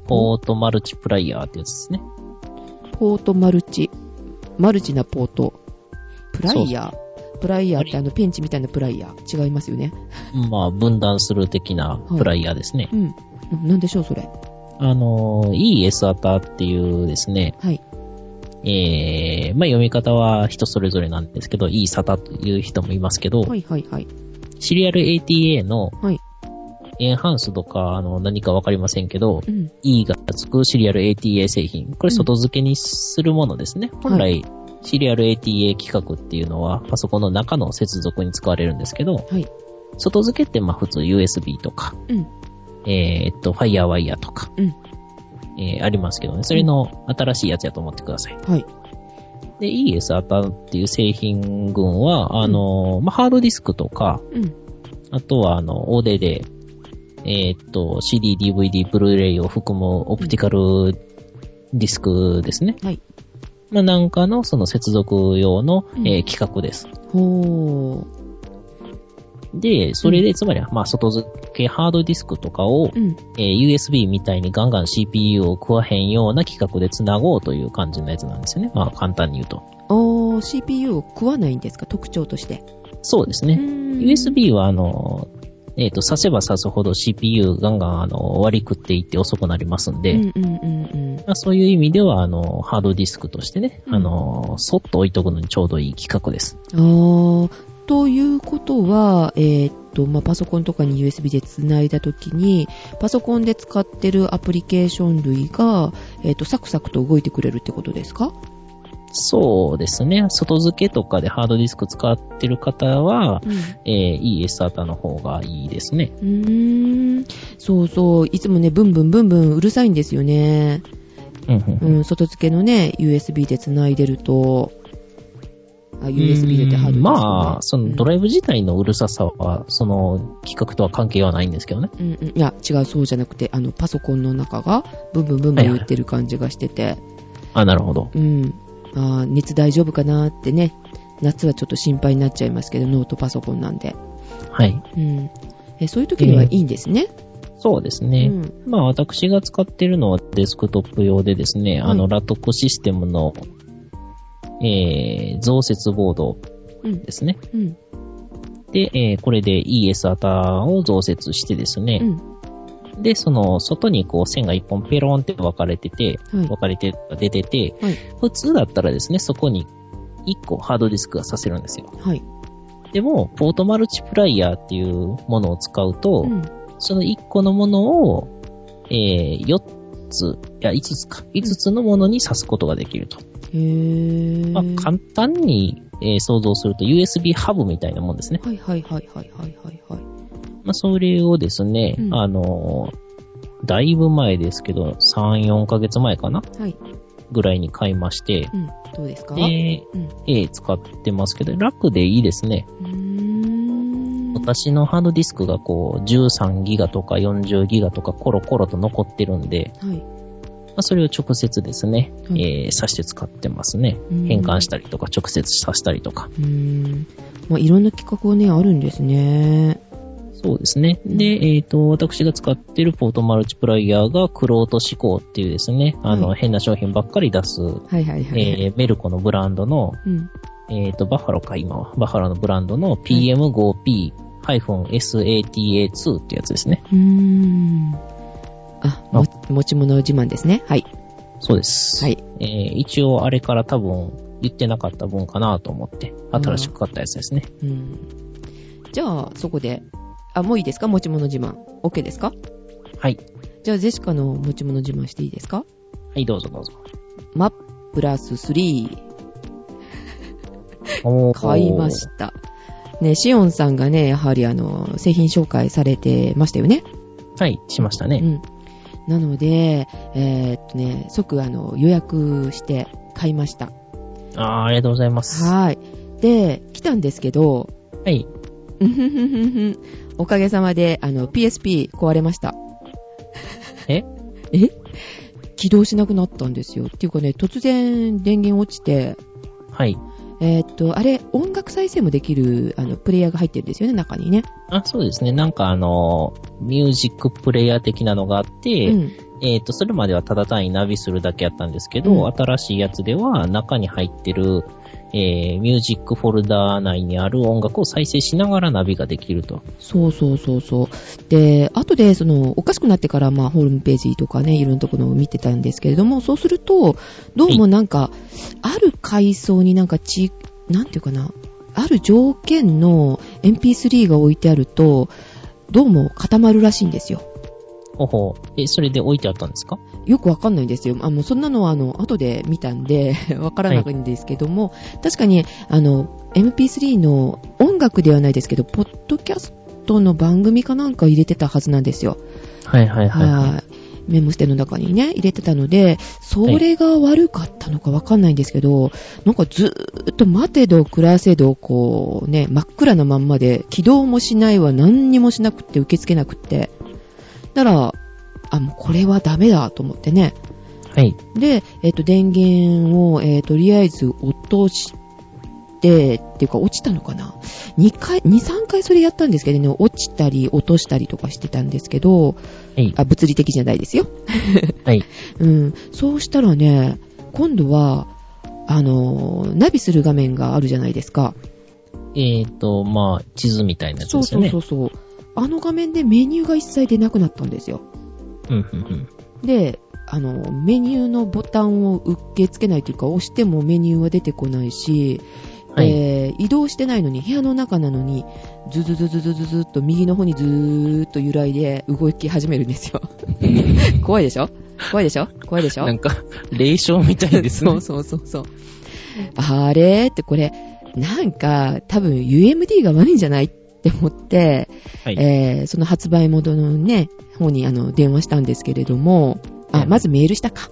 ポートマルチプライヤーってやつですね。
ポートマルチ。マルチなポート。プライヤープライヤーってあのペンチみたいなプライヤー。違いますよね。
まあ、分断する的なプライヤーですね。
うん。ななんでしょう、それ。
あの、いい S アタっていうですね、
はい。
えー、まあ読み方は人それぞれなんですけど、いいサタという人もいますけど、
はいはいはい。
シリアル ATA の
はい。
エンハンスとか、あの、何かわかりませんけど、
うん。
E がつくシリアル ATA 製品。これ外付けにするものですね。本来、シリアル ATA 規格っていうのはパソコンの中の接続に使われるんですけど、
はい。
外付けってまあ普通 USB とか、
うん。
えーっと、FireWire とか、
うん。
えーありますけどね。それの新しいやつやと思ってください。
はい。
で、ES アタっていう製品群は、あの、まあ、ハードディスクとか、
うん。
あとは、あの、OD で、えーっと、CD、DVD、ブルーレイを含むオプティカルディスクですね。
はい。
まあ、なんかの、その接続用の、
うん
えー規格です。
ほー。
で、それで、つまりは、まあ、外付けハードディスクとかを、
うん。
えー USB みたいにガンガン CPU を食わへんような規格で繋ごうという感じのやつなんですよね。まあ、簡単に言うと。
おー、CPU を食わないんですか特徴として。
そうですね。USB は、あの、えっ、と、刺せば刺すほど CPU ガンガン、あの、割り食っていって遅くなりますんで、
うんうんうんうん。
まあ、そういう意味では、あの、ハードディスクとしてね、
うん
あの、そっと置いとくのにちょうどいい規格です。
あー、ということは、えーっと、まあ、パソコンとかに USB で繋いだときに、パソコンで使ってるアプリケーション類が、えーっと、サクサクと動いてくれるってことですか
そうですね。外付けとかでハードディスク使ってる方は、
うん。
えー、いい S アタの方がいいですね。
うーん。そうそう。いつもね、ブンブンブンブンうるさいんですよね。
うんうん
うん、外付けのね、USB で繋いでると、あ、USB でってハードディスクね、
まあ、そのド
イ
ライブ自体のうるささは、その企画とは関係はないんですけどね。
うんうん、いや、違う、そうじゃなくて、あの、パソコンの中が、ブンブンブンブン言ってる感じがしてて、
あ、なるほど。
うん。あー熱大丈夫かなってね、夏はちょっと心配になっちゃいますけど、ノートパソコンなんで。
はい。
うん。えそういう時にはいいんですね。
そうですね。
うん。
まあ、私が使ってるのはデスクトップ用でですね、あ
は
の、
い
ラトコシステムの、えー、増設ボード
うん。
ですね。
うん。
で、えーこれで ES アターを増設してですね、
うん。
で、その、外にこう線が一本ペロンって分かれてて、
はい
分かれて、出てて、
はい。
普通だったらですね、そこに1個ハードディスクがさせるんですよ。
はい。
でも、ポートマルチプライヤーっていうものを使う
う
と、
ん。
その1個のものを、えー、4つ、いや、5つか、5つのものに挿すことができると。
へー。
まあ、簡単に、えー想像すると USB ハブみたいなもんですね。
はいはいはいはいはいはいはい。
まあ、それをですね、
うん
あのーだいぶ前ですけど、3、4ヶ月前かな
はい。
ぐらいに買いまして、
うん。どうですか
で、
う
え
ん。う
ー使ってますけど、楽でいいですね。
ーん。
私のハードディスクがこう、13ギガとか40ギガとかコロコロと残ってるんで、
はい。
まあ、それを直接ですね、
うん
えー、挿して使ってますね
うん。
変換したりとか、直接挿したりとか。
うーん。まあ、いろんな企画がね、あるんですね。
そうですね。で、えっ、と、私が使ってるポートマルチプライヤーが、クロート志向っていうですね、あの、
は
変な商品ばっかり 出す、
はいはいはい。
えー、メルコのブランドの、
うん。
えっ、と、バッファローか、今は。バッファローのブランドの PM5P-SATA2 ってやつですね。
うーん。あ、も持ち物自慢ですね。はい。
そうです。
はい。
えー一応あれから多分言ってなかった分かなと思って、新しく買ったやつですね。
うん。じゃあ、そこで。あ、もういいですか持ち物自慢。OK ですか
はい。
じゃあ、ジェシカの持ち物自慢していいですか
はい、どうぞどうぞ。
マプラス3。
おー
買いました。ね、シオンさんがね、やはりあの、製品紹介されてましたよね。
はい、しました
う
ね。
ん。なので、えーっとね、即あの、予約して買いました。
ああ、ありがとうございます。は
はい。で、来たんですけど、
い。
うんふんふんふんふんおかげさまで、あの、PSP 壊れました。
え
え起動しなくなったんですよ。っていうかね、突然電源落ちて、
はい。
えーっと、あれ、音楽再生もできる、あの、プレイヤーが入ってるんですよね、中にね。
あ、そうですね。なんかあの、ミュージックプレイヤー的なのがあって、
うん。
えっ、と、それまではただ単にナビするだけやったんですけど、
うん
新しいやつでは中に入ってる、えー、ミュージックフォルダー内にある音楽を再生しながらナビができると。
そうそうそうそう。で、後で、その、おかしくなってから、まあ、ホームページとかね、いろんなところを見てたんですけれども、そうすると、どうもなんか、ある階層になんかち、なんていうかな、ある条件の MP3 が置いてあると、どうも固まるらしいんですよ。
ほほう。え、それで置いてあったんですか
よくわかんないんですよ。あ、もうそんなのは、あの、後で見たんで、 わからないんですけども、確かに、あの、MP3 の音楽ではないですけど、ポッドキャストの番組かなんか入れてたはずなんですよ。
はいはいはい、はい。
はい。メモステの中にね、入れてたので、それが悪かったのかわかんないんですけど、なんかずーっと待てど暮らせど、こうね、真っ暗なまんまで、起動もしないわ、何にもしなくって、受け付けなくって。だから、あ、もうこれはダメだと思ってね。
はい。
で、えっ、と、電源を、えーとりあえず落として、っていうか落ちたのかな ?2 回、2、3回それやったんですけどね、落ちたり落としたりとかしてたんですけど、
はい。
あ、物理的じゃないですよ。
はい。
うん。そうしたらね、今度は、あのー、ナビする画面があるじゃないですか。
えっ、と、まあ、地図みたいなやつ
そう
です
そ
よ
う
ね。
そううそう。あの画面でメニューが一切出なくなったんですよ。
んうんうん。
で、あの、メニューのボタンを受け付けないというか、押してもメニューは出てこないし、
はい
えー移動してないのに、部屋の中なのに、ズズズズズズズっと右の方にずーっと揺らいで動き始めるんです よ。怖いでしょ怖いでしょ怖いでしょ
なんか、霊障みたいですね。
そうそうそうそう。あれってこれ、なんか、多分 UMD が悪いんじゃないって思って、
はい
えーその発売元のね、方にあの、電話したんですけれども、
は
あ、
い
まずメールしたか。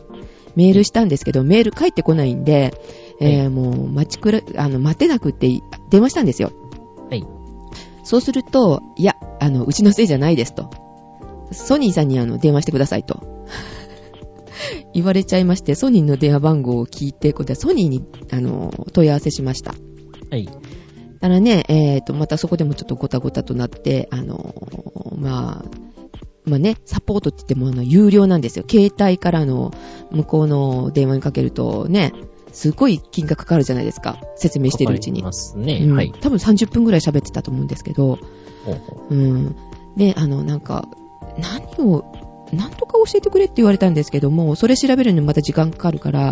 メールしたんですけど、メール返ってこないんで、えーもう待ちくら、あの、待てなくって電話したんですよ。
はい。
そうすると、いや、あの、うちのせいじゃないですと。ソニーさんにあの、電話してくださいと。 言われちゃいまして、ソニーの電話番号を聞いて、これソニーに、あの、問い合わせしました。
はい。
たらね、えーと、またそこでもちょっとごたごたとなって、あの、まあ、まあね、サポートって言っても、あの、有料なんですよ。携帯からの、向こうの電話にかけるとね、すごい金額かかるじゃないですか。説明してるうちに。
わかりますね。
うん
はい。
多分30分ぐらい喋ってたと思うんですけど、
ほうほ
うん。で、あの、なんか、何を、何とか教えてくれって言われたんですけども、それ調べるのにまた時間かかるから、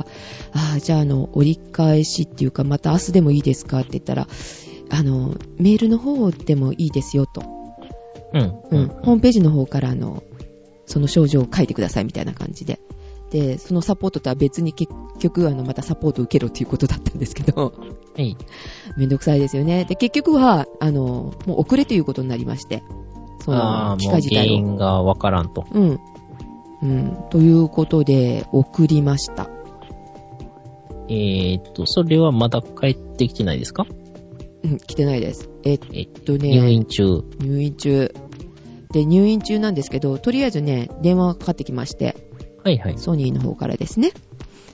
ああ、じゃあ、あの、折り返しっていうか、また明日でもいいですかって言ったら、あの、メールの方でもいいですよと。
ううん。
うん。ホームページの方から、あの、その症状を書いてくださいみたいな感じで。で、そのサポートとは別に結局、あの、またサポートを受けろっていうことだったんですけど、
はい。
めんどくさいですよね。で、結局は、あの、もう遅れということになりまして、そ
ああ
の、
ー、
機
もう
械自
原
体を。
因がわからんと。
うん。うん。ということで、送りました。
えーっと、それはまだ帰ってきてないですか
うん、来てないです。えっ
え、
とね、
入院中。
入院中。で、入院中なんですけど、とりあえずね、電話がかかってきまして、
はいはい。
ソニーの方からですね。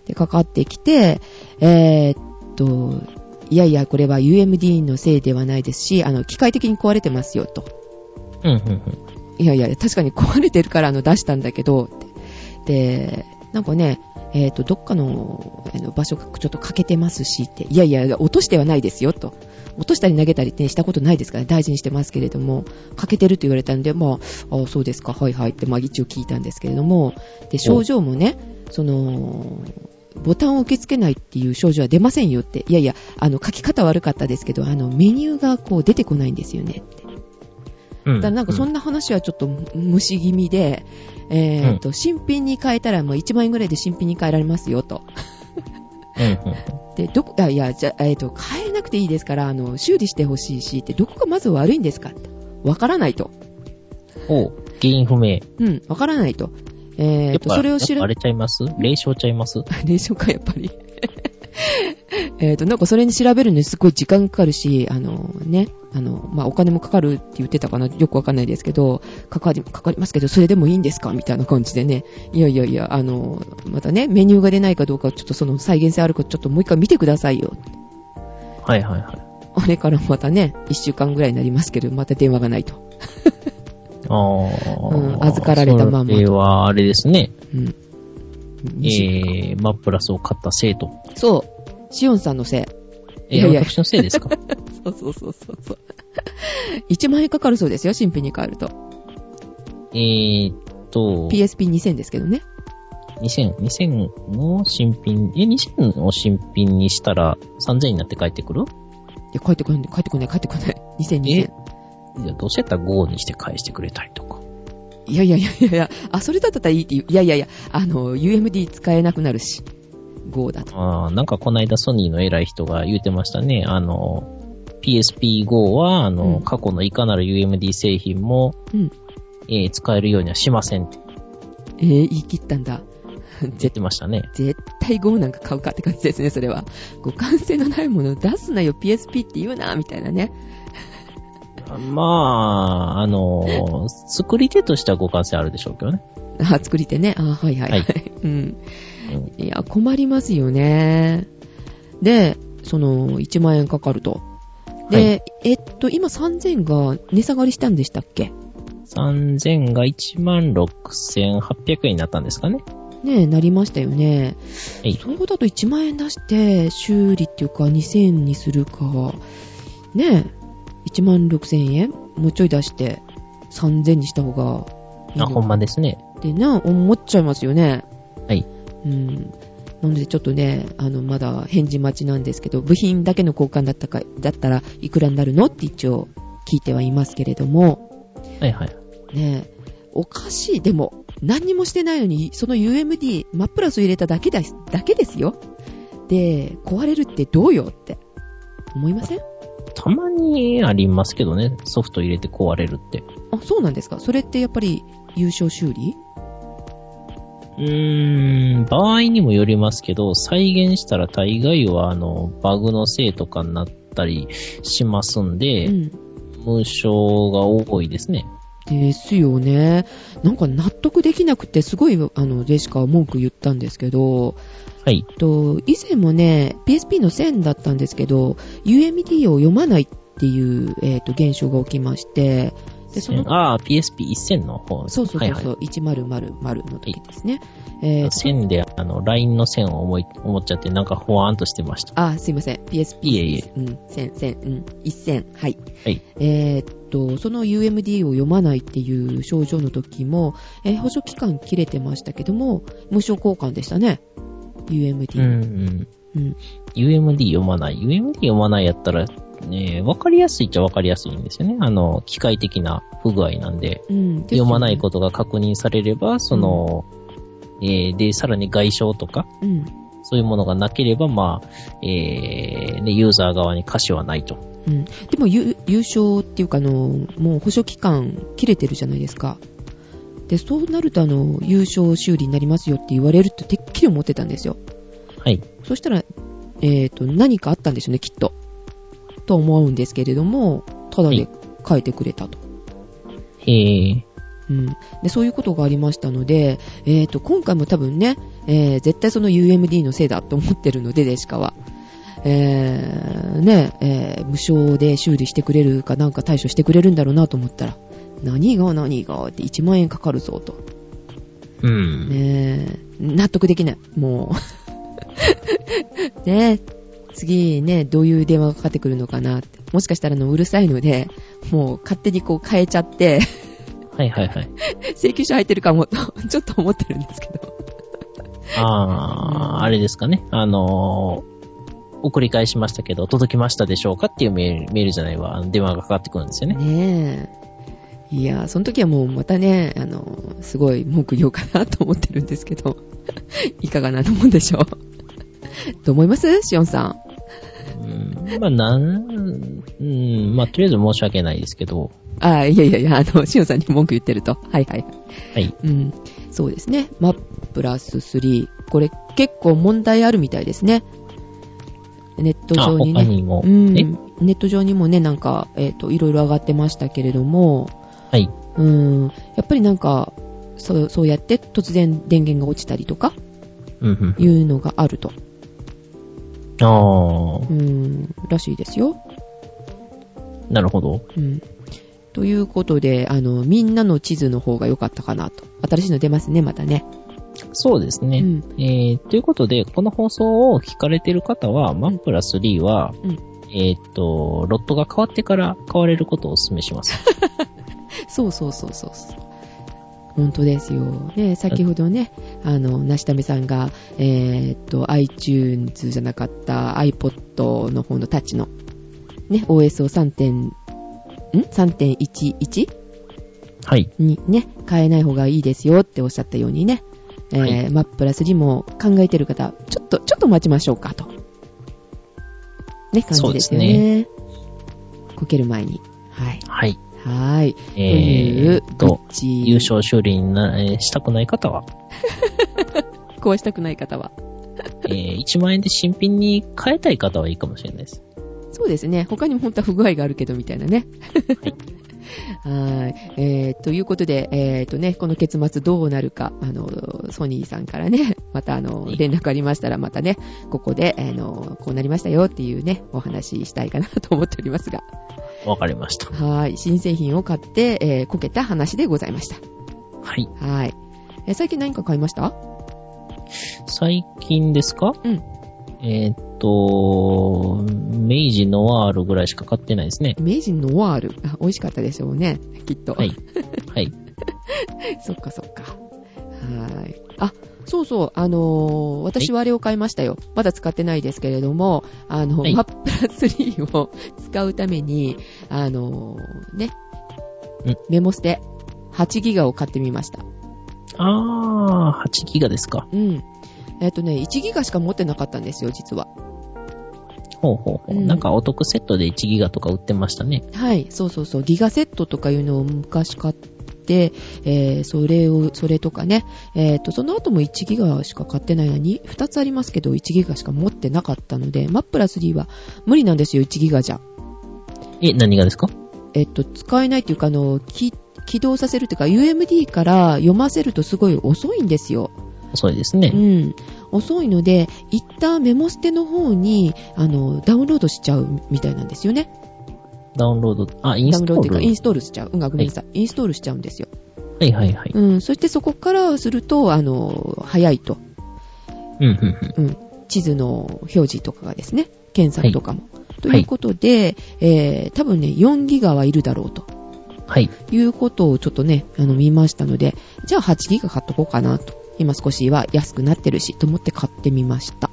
で、かかってきて、えーっと、いやいや、これは UMD のせいではないですし、あの、機械的に壊れてますよ、と。
うんうんうん。
いやいや、確かに壊れてるからあの出したんだけど、ってで、なんかね、えっ、と、どっかのあの場所がちょっと欠けてますしって、いやいや、落としてはないですよ、と。落としたり投げたりってしたことないですから、大事にしてますけれども、欠けてると言われたんで、まあ、あそうですか、はいはいって、まあ一応聞いたんですけれども、で、症状もね、その、ボタンを受け付けないっていう症状は出ませんよって、いやいや、あの、書き方悪かったですけど、あの、メニューがこう出てこないんですよねって。
うん。
だからなんかそ
うん
な話はちょっと虫気味で、えーっと、新品に変えたらもう1万円ぐらいで新品に変えられますよと。
うんうん。
で、どこ、あいや、じゃあ、えーっと、変えなくていいですから、あの、修理してほしいし、って、どこがまず悪いんですかってわからないと。
おう原因不明。
うん、わからないと。えー
や
っ
っ
と、
ぱ、
それを知
やっ
る
ぱあ。れちゃいます霊障ちゃいます
でしょうか、やっぱり。えっと、なんかそれに調べるのにすごい時間かかるし、あのね、あの、まあ、お金もかかるって言ってたかな、よくわかんないですけど、かかり、かかりますけど、それでもいいんですかみたいな感じでね。いやいやいや、あの、またね、メニューが出ないかどうか、ちょっとその再現性あるか、ちょっともう一回見てくださいよ。
はいはいはい。
あれからまたね、一週間ぐらいになりますけど、また電話がないと。
ああ、
うん預かられたまんまと
それは、あれですね。
うん。
えー、マップラスを買った生徒。
そう。シオンさんのせい。
えー
いやいや
私のせいで すか
そうそうそうそうそう。1万円かかるそうですよ、新品に変えると。
えーっと、
PSP2000 ですけどね。
2000、2000の新品、え、2000を新品にしたら3000になって帰ってくる
いや、帰ってこない、帰ってこない、帰ってこない。2020
えいや、どうせやったら5にして返してくれたりとか。
いやいやいやいやいや、あ、それだったらいいっていう。いやいやいや、あの、UMD 使えなくなるし。5だと。
ああ、なんかこの間ソニーの偉い人が言うてましたね。あの、PSP5 は、あの、
うん
過去のいかなる UMD 製品も、
うん。
えー使えるようにはしませんって
えー、言い切ったんだ。
言
ぜ
ってましたね。
絶対5なんか買うかって感じですね、それは。互換性のないもの出すなよ、PSP って言うな、みたいなね。
まあ、あの、作り手としては互換性あるでしょうけどね。
あ、作り手ね。あ、はいはいはい。
は
うん。
うん
いや、困りますよね。で、その、1万円かかると。で、えっと、今3000が値下がりしたんでしたっけ
3000が16,800円になったんですかね。
ねえ、なりましたよね。
はい。
そうだと1万円出して、修理っていうか2000にするか、ねえ、1万6000円もうちょい出して、3000にした方がいい
あ、ほ
の
んまですね。
ってな、思っちゃいますよね。
はい。
うん。なのでちょっとね、あの、まだ返事待ちなんですけど、部品だけの交換だったか、だったらいくらになるのって一応聞いてはいますけれども、
はいはい。
ねえ、おかしい。でも、何にもしてないのに、その UMD、マップラスを入れただけだ、だけですよ。で、壊れるってどうよって、思いません
たまにありますけどね。ソフト入れて壊れるって。
あ、そうなんですかそれってやっぱり、優勝修理
うーん、場合にもよりますけど、再現したら大概は、あの、バグのせいとかになったりしますんで、
うん。
無償が多いですね。
ですよね。なんか納得できなくて、すごい、あの、ジェシカは文句言ったんですけど、
はい。
と、以前もね、PSP の1000だったんですけど、UMD を読まないっていう、えっ、と、現象が起きまして、でその
ああ、PSP1000 の方
そうそうそうそう、
はいはい
1000の時ですね。えー
線で、あの、LINE の線を思い、思っちゃって、なんか、ほわーんとしてました。
あ、すいません。PSP。
いえいえ。
うん、1000、1000、うん、1000。はい。
はい。
えーっと、その UMD を読まないっていう症状の時も、えー保証期間切れてましたけども、無償交換でしたね。
うん
UMD。うん。
UMD 読まない。UMD 読まないやったら、ね、わかりやすいっちゃわかりやすいんですよね。あの、機械的な不具合なんで、
うん
読まないことが確認されれば、その、えーで、さらに外傷とか、
と。うん。
そういうものがなければ、まあ、えーね、ユーザー側に瑕疵はないと。
うん。でも、優優勝っていうか、あの、もう保証期間切れてるじゃないですか。で、そうなると、あの、優勝修理になりますよって言われるとてっきり思ってたんですよ。
はい。
そしたら、えっ、と、何かあったんですよね、きっと。と思うんですけれども、ただで書いてくれたと。
えー、
うん。で、そういうことがありましたので、えっ、と、今回も多分ね、えー絶対その UMD のせいだと思ってるので、デシカは。えー、ね、えー無償で修理してくれるかなんか対処してくれるんだろうなと思ったら、何が何がって1万円かかるぞと。
うん。
ねえ、納得できない。もう。ねえ、次ね、どういう電話がかかってくるのかなって。もしかしたらあのうるさいので、もう勝手にこう変えちゃって、
はいはいはい。
請求書入ってるかもと、 ちょっと思ってるんですけど。
ああ、あれですかね。あのー、送り返しましたけど、届きましたでしょうかっていうメール、メールじゃないわ、あの電話がかかってくるんですよね。
ねえ。いや、その時はもうまたね、あの、すごい文句言おうかなと思ってるんですけど、 いかがなもんでしょう。 と思いますしおんさん。
うん、まあ、なん、うん、まあ、とりあえず申し訳ないですけど、
ああ、いやいやいや、あの、しおんさんに文句言ってると。はいはい。
はい。
うん、そうですね。マプラス3。これ結構問題あるみたいですね。ネット
あ、
上に
他
ね。
にも、
うん、
え、
ネット上にもね、なんか、えっ、と、いろいろ上がってましたけれども、
はい。
うん、やっぱりなんか、そう、そうやって突然電源が落ちたりとか、
うん、うん。
いうのがあると。
あ
うん、らしいですよ。
あ、なるほど。
うん。ということで、あの、みんなの地図の方が良かったかなと。新しいの出ますね、またね。
そうですね。
うん。
えー、ということで、この放送を聞かれてる方は、マップラ3は、
うん
えーっと、ロットが変わってから買われることをお勧めし ます。
そうそうそうそうそう。本当ですよ。ね、先ほどね、あの、なしためさんが、えーっと、iTunes じゃなかった iPod の方のタッチの、ね、OS を3点、ん ?3.11?
はい。
にね、変えない方がいいですよっておっしゃったようにね、えー
はい
マップラスにも考えてる方、ちょっと、ちょっと待ちましょうかと。ね、感じですよ
そう
ね。こける前に。はい。
はい。
はーい。とい
えー
う
っと、
愚痴
優勝修理にな、えーしたくない方は、
壊したくない方は。
えー1万円で新品に変えたい方はいいかもしれないです。
そうですね。他にも本当は不具合があるけど、みたいなね。 はい。えー、ということで、えー、とね、この結末どうなるか、あの、ソニーさんからね、 またあの
は、い
連絡ありましたら、またね、ここで、あの、こうなりましたよっていうね、お話ししたいかなと思っておりますが。
わかりました。
はい。新製品を買って、えーこけた話でございました。
はい。
はい。えー最近何か買いました
最近ですか
うん。
えーっと、明治ノワールぐらいしか買ってないです ね。
明治ノワール。あ、美味しかったでしょうね。きっと。
はい。はい。
そっかそっか。はーい。あ、そうそう、あのー私はあれを買いましたよ。まだ使ってないですけれども、あの、
はい
マップラ3を使うために、あのーね
ん、
メモステ8ギガを買ってみました。
あー、8ギガですか。
うん。えっ、とね、1ギガしか持ってなかったんですよ、実は。
ほうほうほう。
うん
なんかお得セットで1ギガとか売ってましたね。
はい、そうそうそう、ギガセットとかいうのを昔買って、えー、それを、それとかね、えっ、と、その後も1ギガしか買ってないのに、2つありますけど、1ギガしか持ってなかったので、マップラ3は無理なんですよ、1ギガじゃ。
え、何がですか
えっ、と、使えないというか、あの、き起動させるというか、UMD から読ませるとすごい遅いんですよ。
遅いですね。
うん。遅いので、一旦メモステの方に、あの、ダウンロードしちゃうみたいなんですよね。
ダウンロード、あ、イン
ダウ
ス
ン
ト
ロード
ー
っていうか、
ル。
インストールしちゃう。うん、あごめんなさい。インストールしちゃうんですよ。
はいはいはい。
うん、そしてそこからすると、あの、早いと。
うん、うん、うん。
地図の表示とかがですね、検索とかも。と
はい
いうことで、えー、多分ね、4ギガはいるだろうと
はい。
いうことをちょっとね、あの、見ましたので、じゃあ8ギガ買っとこうかなと。今少しは安くなってるし、と思って買ってみました。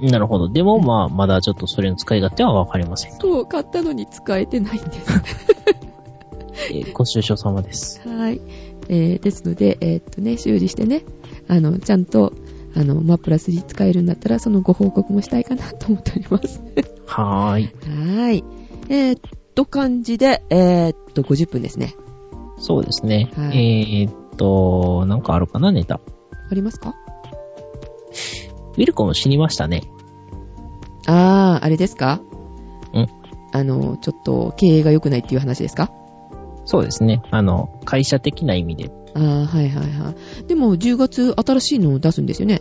なるほど。でも、まあ、まだちょっとそれの使い勝手はわかりません。
そう、買ったのに使えてないんです。
えーご愁傷様で す。
はい。えー、ですので、えーっとね、修理してね、あの、ちゃんと、あの、マプラスに使えるんだったら、そのご報告もしたいかなと思っております。
はーい。
はい。えーっと、感じで、えーっと、50分ですね。
そうですね。
は
えーっと、なんかあるかな、ネタ。
ありますか
ウィルコム死にましたね。
あー、あれですか
ん
あの、ちょっと、経営が良くないっていう話ですか
そうですね。あの、会社的な意味で。
あー、はいはいはい。でも、10月、新しいのを出すんですよね。
ん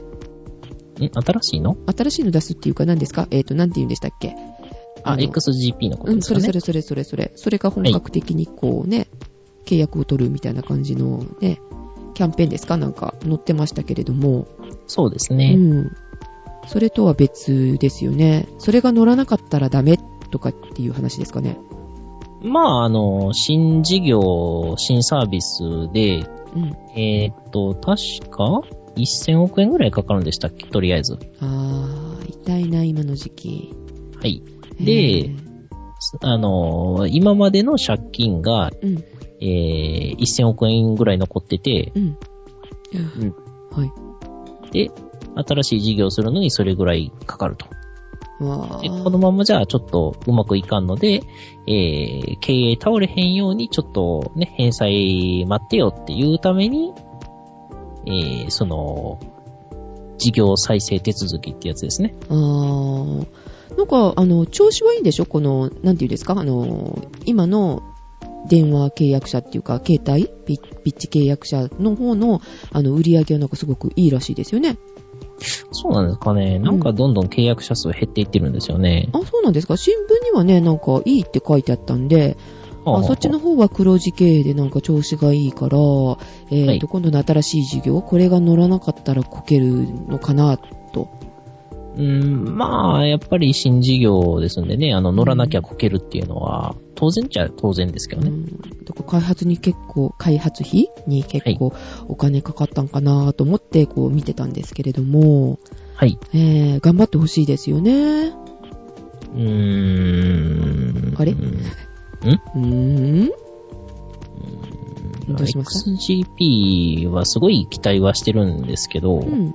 新しいの
新しいの出すっていうか、何ですかえーっと、なんて言うんでしたっけ
あ、
の
XGP のこと
う
で
ん、
す
そ
か
れ
ね。
それそれそれそれ。それが本格的にこうね、契約を取るみたいな感じのね、キャンペーンですかなんか載ってましたけれども。
そうです
う
ね。
ん。それとは別ですよね。それが乗らなかったらダメとかっていう話ですかね。
まあ、あの、新事業、新サービスで、
うん。
えーっと、確か、1000億円ぐらいかかるんでしたっけとりあえず。
あー、痛いな、今の時期。
はい。
え
で、あの、今までの借金が、
ー、うん、
えー、1000億円ぐらい残ってて、
うん。
ん
はい。
で、新しい事業をするのにそれぐらいかかると。
わ
で
ー
このままじゃちょっとうまくいかんので、えー、経営倒れへんようにちょっとね、返済待ってよっていうために、えー、その、事業再生手続きってやつですね。
あーなんか、あの、調子はいいんでしょこの、なんていうんですかあの、今の電話契約者っていうか、携帯ピッピッチ契約者の方の、あの、売り上げはなんかすごくいいらしいですよね。
そうなんですかね。なんかどんどん契約者数減っていってるんですよね。
あ、そうなんですか新聞にはね、なんかいいって書いてあったんで、あ
はあ
そっちの。方は黒字経営でなんか調子がいいから、えーと、
はい
今度の新しい事業、これが乗らなかったらこけるのかな、と。
うん、まあ、やっぱり新事業ですんでね、あの、乗らなきゃこけるっていうのは、当然っちゃ当然ですけど
う
ね。
ん、だから開発に結構、開発費に結構お金かかったんかなと思ってこう見てたんですけれども、
はい。
えー、頑張ってほしいですよね。う
うーん。
あれーん。どうしまし
XGP はすごい期待はしてるんですけど、う
うんん。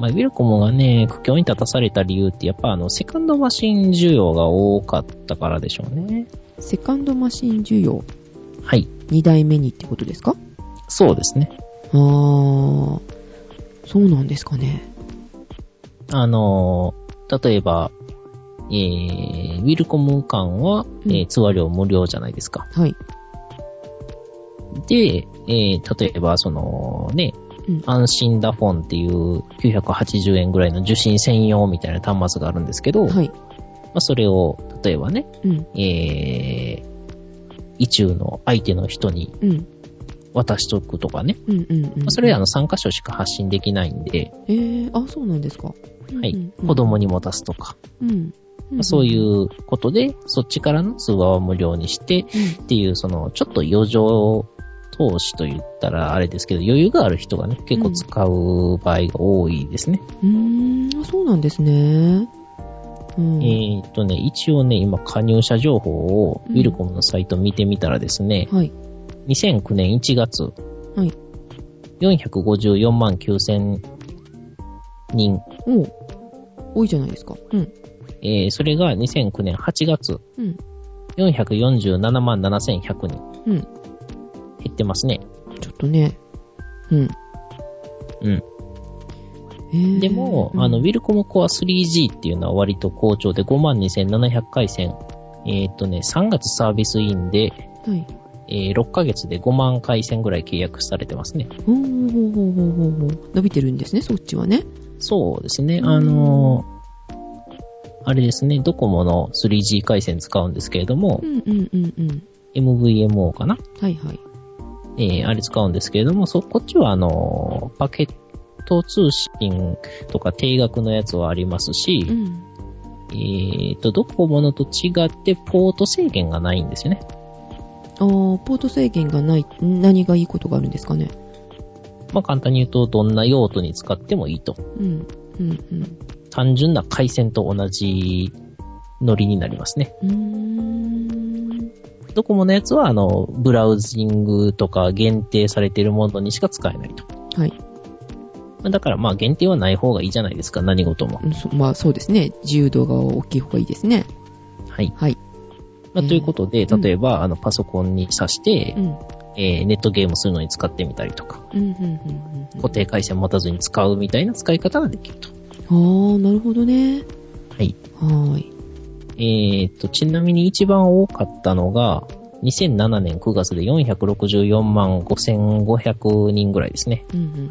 まあ、ウィルコムがね、苦境に立たされた理由って、やっぱあの、セカンドマシン需要が多かったからでしょうね。
セカンドマシン需要、
はい。
2代目にってことですか
そうですね。
あー、そうなんですかね。
あのー、例えば、えー、ウィルコム間は、え
う
ー、
ん
通話料無料じゃないですか。
はい。
で、えー、例えば、その、ね、
うん
安心ダフォンっていう980円ぐらいの受信専用みたいな端末があるんですけど、
はい。
まあ、それを、例えばね、
うん。
えー、意中の相手の人に
うん。
渡しとくとかね。
うん。うん。うん
まあそれあの3箇所しか発信できないんで、
えー、あ、そうなんですか。
はい
うんうん
子供にも出すとか、
うん。
まあそういううことで、そっちからの通話は無料にしてっ
ん。うん
ていう、その、ちょっと余剰投資と言ったらあれですけど、余裕がある人がね、結構使う場合が多いですね。
うーん、あそうなんですね。うん。
えーっとね、一応ね、今加入者情報をウィルコムのサイト見てみたらですね、
はい。
2009年1月、
はい
454万9000人、
おう多いじゃないですか。うん。
えーそれが2009年8月、
うん。
447万7100人。
うん
減ってますね。
ちょっとね。うん。
うん。
えー
でも、
うん
あの、ウィルコムコア 3G っていうのは割と好調で52,700回線。えーっとね、3月サービスインで、
はい。
え6ヶ月で5万回線ぐらい契約されてますね。
ほうほうほうほうほうほう。伸びてるんですね、そっちはね。
そうですね。
うん
あの、あれですね、ドコモの 3G 回線使うんですけれども
う、んうんうんうん。
MVMO かな
はいはい。
えー、あれ使うんですけれども、そ、こっちはあのー、パケット通信とか定額のやつはありますし、
うん。
えっと、ドコモのと違ってポート制限がないんですよね。
あー、ポート制限がない、何がいいことがあるんですかね。
まあ、簡単に言うと、どんな用途に使ってもいいと。
うん。うんうん。
単純な回線と同じノリになりますね。
うーん。
ドコモのやつは、あの、ブラウジングとか限定されているものにしか使えないと。
はい。
まあだから、まあ、限定はない方がいいじゃないですか、何事も。
うんそまあそうですね。自由度が大きい方がいいですね。
はい。
はい。
まあ、
えー
ということで、
うん
例えば、あの、パソコンに挿して
う、ん。
えーネットゲームするのに使ってみたりとか、
うん、うん、うん。うん
固。定回線持たずに使うみたいな使い方ができると。
あー、なるほどね。
はい。
はーい。
えーっと、ちなみに一番多かったのが、2007年9月で464万5500人ぐらいですね。
うん、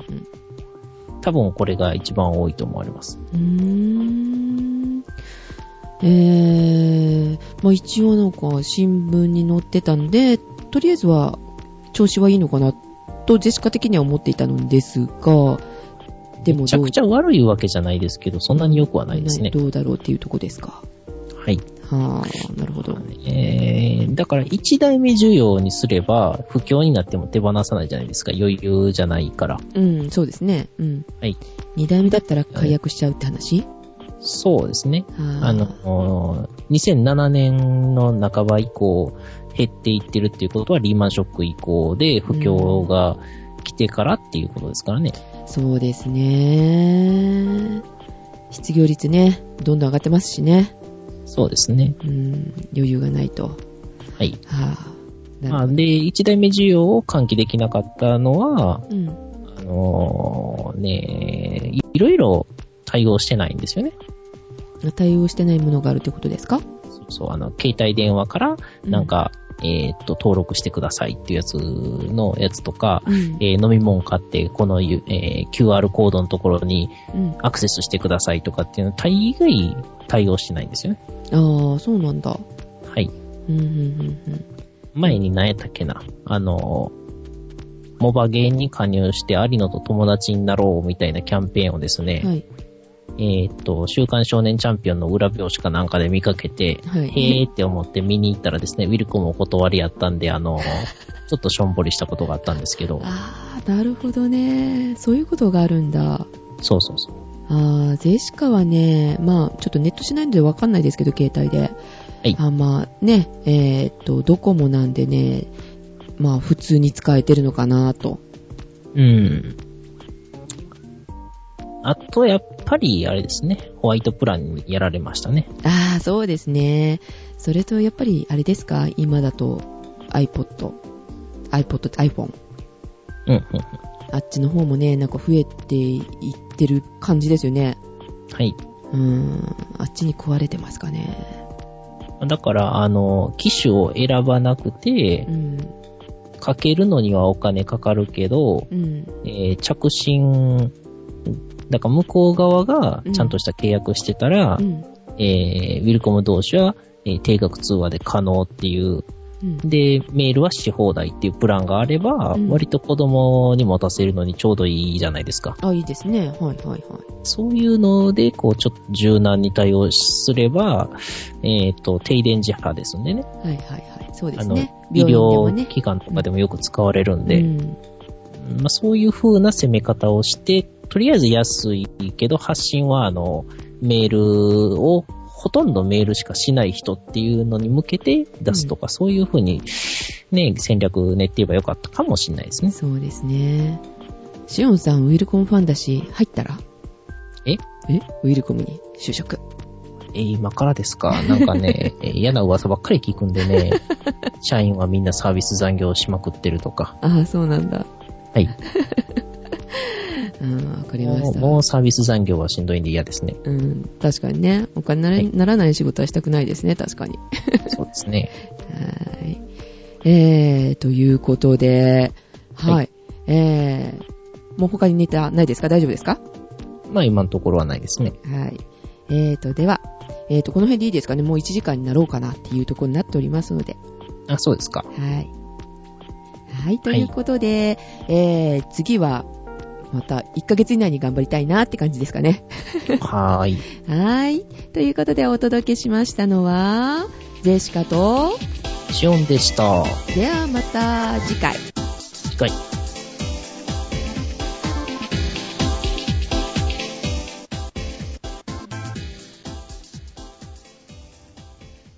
多分これが一番多いと思われます。
うん、うん。うーん。えー、まあ一応なんか新聞に載ってたんで、とりあえずは調子はいいのかなとジェシカ的には思っていたのですが、でも
めちゃ
どう
くちゃ悪いわけじゃないですけど、そんなに良くはないですね。
どうだろうっていうとこですか。
はい。
はー、なるほど。
えー、だから一代目需要にすれば、不況になっても手放さないじゃないですか。余裕じゃないから。
うん、そうですね。うん。
はい。
二代目だったら解約しちゃうって話
そうですね。
あ
あ
ー
の、2007年の半ば以降、減っていってるっていうことは、リーマンショック以降で不況が来てからっていうことですからね。
そうですね。失業率ね、どんどん上がってますしね。
そうですね。
うん、余裕がないと。
はい。
はあ、
ま
な
あ、
る
で、1代目需要を喚起できなかったのは、
ほど。うん。
あのーねいいろいろ対応してないんですよね。
対応してないものがあるってことですか
そうそう、あの、携帯電話から、なん、か、えーっと、登録してくださいっていうやつのやつとか、
うん。
えー飲み物買って、このゆ、えー QR コードのところに
うん。
アクセスしてくださいとかっていうのは、大概対応してないんですよね。
ああ、そうなんだ。
はい。
うん、うん、うん
前に何やったっけな。あのー、モバゲーに加入してアリノと友達になろうみたいなキャンペーンをですね、
うん。はい。
えーっと、週刊少年チャンピオンの裏表紙かなんかで見かけて、
はい
へーって思って見に行ったらですね、ウィルコムお断りやったんで、あの、ちょっとしょんぼりしたことがあったんですけど、
ああ、なるほどね。そういうことがあるんだ。
そうそうそう。
ああ、ゼシカはね、まあ、ちょっとネットしないのでわかんないですけど、携帯で。
い
あまあ、ね、えーっと、ドコモなんでね、まあ、普通に使えてるのかなと。
うん。あと、やっぱり、あれですね、ホワイトプランにやられましたね。
ああ、そうですね。それと、やっぱり、あれですか今だと、iPod、iPod って iPhone。
うん、うん。
あっちの方もね、なんか増えていってる感じですよね。
はい。
うーん、あっちに壊れてますかね。
だから、あの、機種を選ばなくて
う、ん、
かけるのにはお金かかるけど、
うん、
えー着信、だから向こう側がちゃんとした契約してたら、
うん、
えーウィルコム同士は、えー定額通話で可能っていう、
うん。
で、メールはし放題っていうプランがあれば、
うん
割と子供に持たせるのにちょうどいいじゃないですか。
あ、いいですね。はい、はい、はい。
そういうので、こう、ちょっと柔軟に対応すれば、えっ、と、停電時波ですんでね。
はいはいはい。そうで
あ
す
の
ね。、
医
病院
療
でもね
機関とかでもよく使われるんで、
うん
まあ、そういう風な攻め方をして、とりあえず安いけど、発信はあの、メールを、ほとんどメールしかしない人っていうのに向けて出すとか、そういう風に、ね、戦略練って言えばよかったかもしれないですね。
そうですね。シオンさん、ウィルコムファンだし、入ったら
え
えウィルコムに就職。
え、今からですかなん かね、え嫌な噂ばっかり聞くんでね、社員はみんなサービス残業しまくってるとか。
ああ、そうなんだ。
はい。
うん、わかりま
も
し
う
た。
もうサービス残業はしんどいんで嫌で すね。
うん、確かにね。お金なら,、
はい
ならない仕事はしたくないですね、確かに。
そうですね。
はい。えー、ということで、はい。
は
えー、もう他にネタないですか大丈夫ですか
まあ今のところはないですね。
はい。えーと、では、えーと、この辺でいいですかね。もう1時間になろうかなっていうところになっておりますので。
あ、そうで すか。
はい。はい、ということで、えー、次は、また1ヶ月以内に頑張りたいなって感じですかね。
はーい。
はい。ということでお届けしましたのは、ジェシカと、
シオンでした。
ではまた次回。
次回。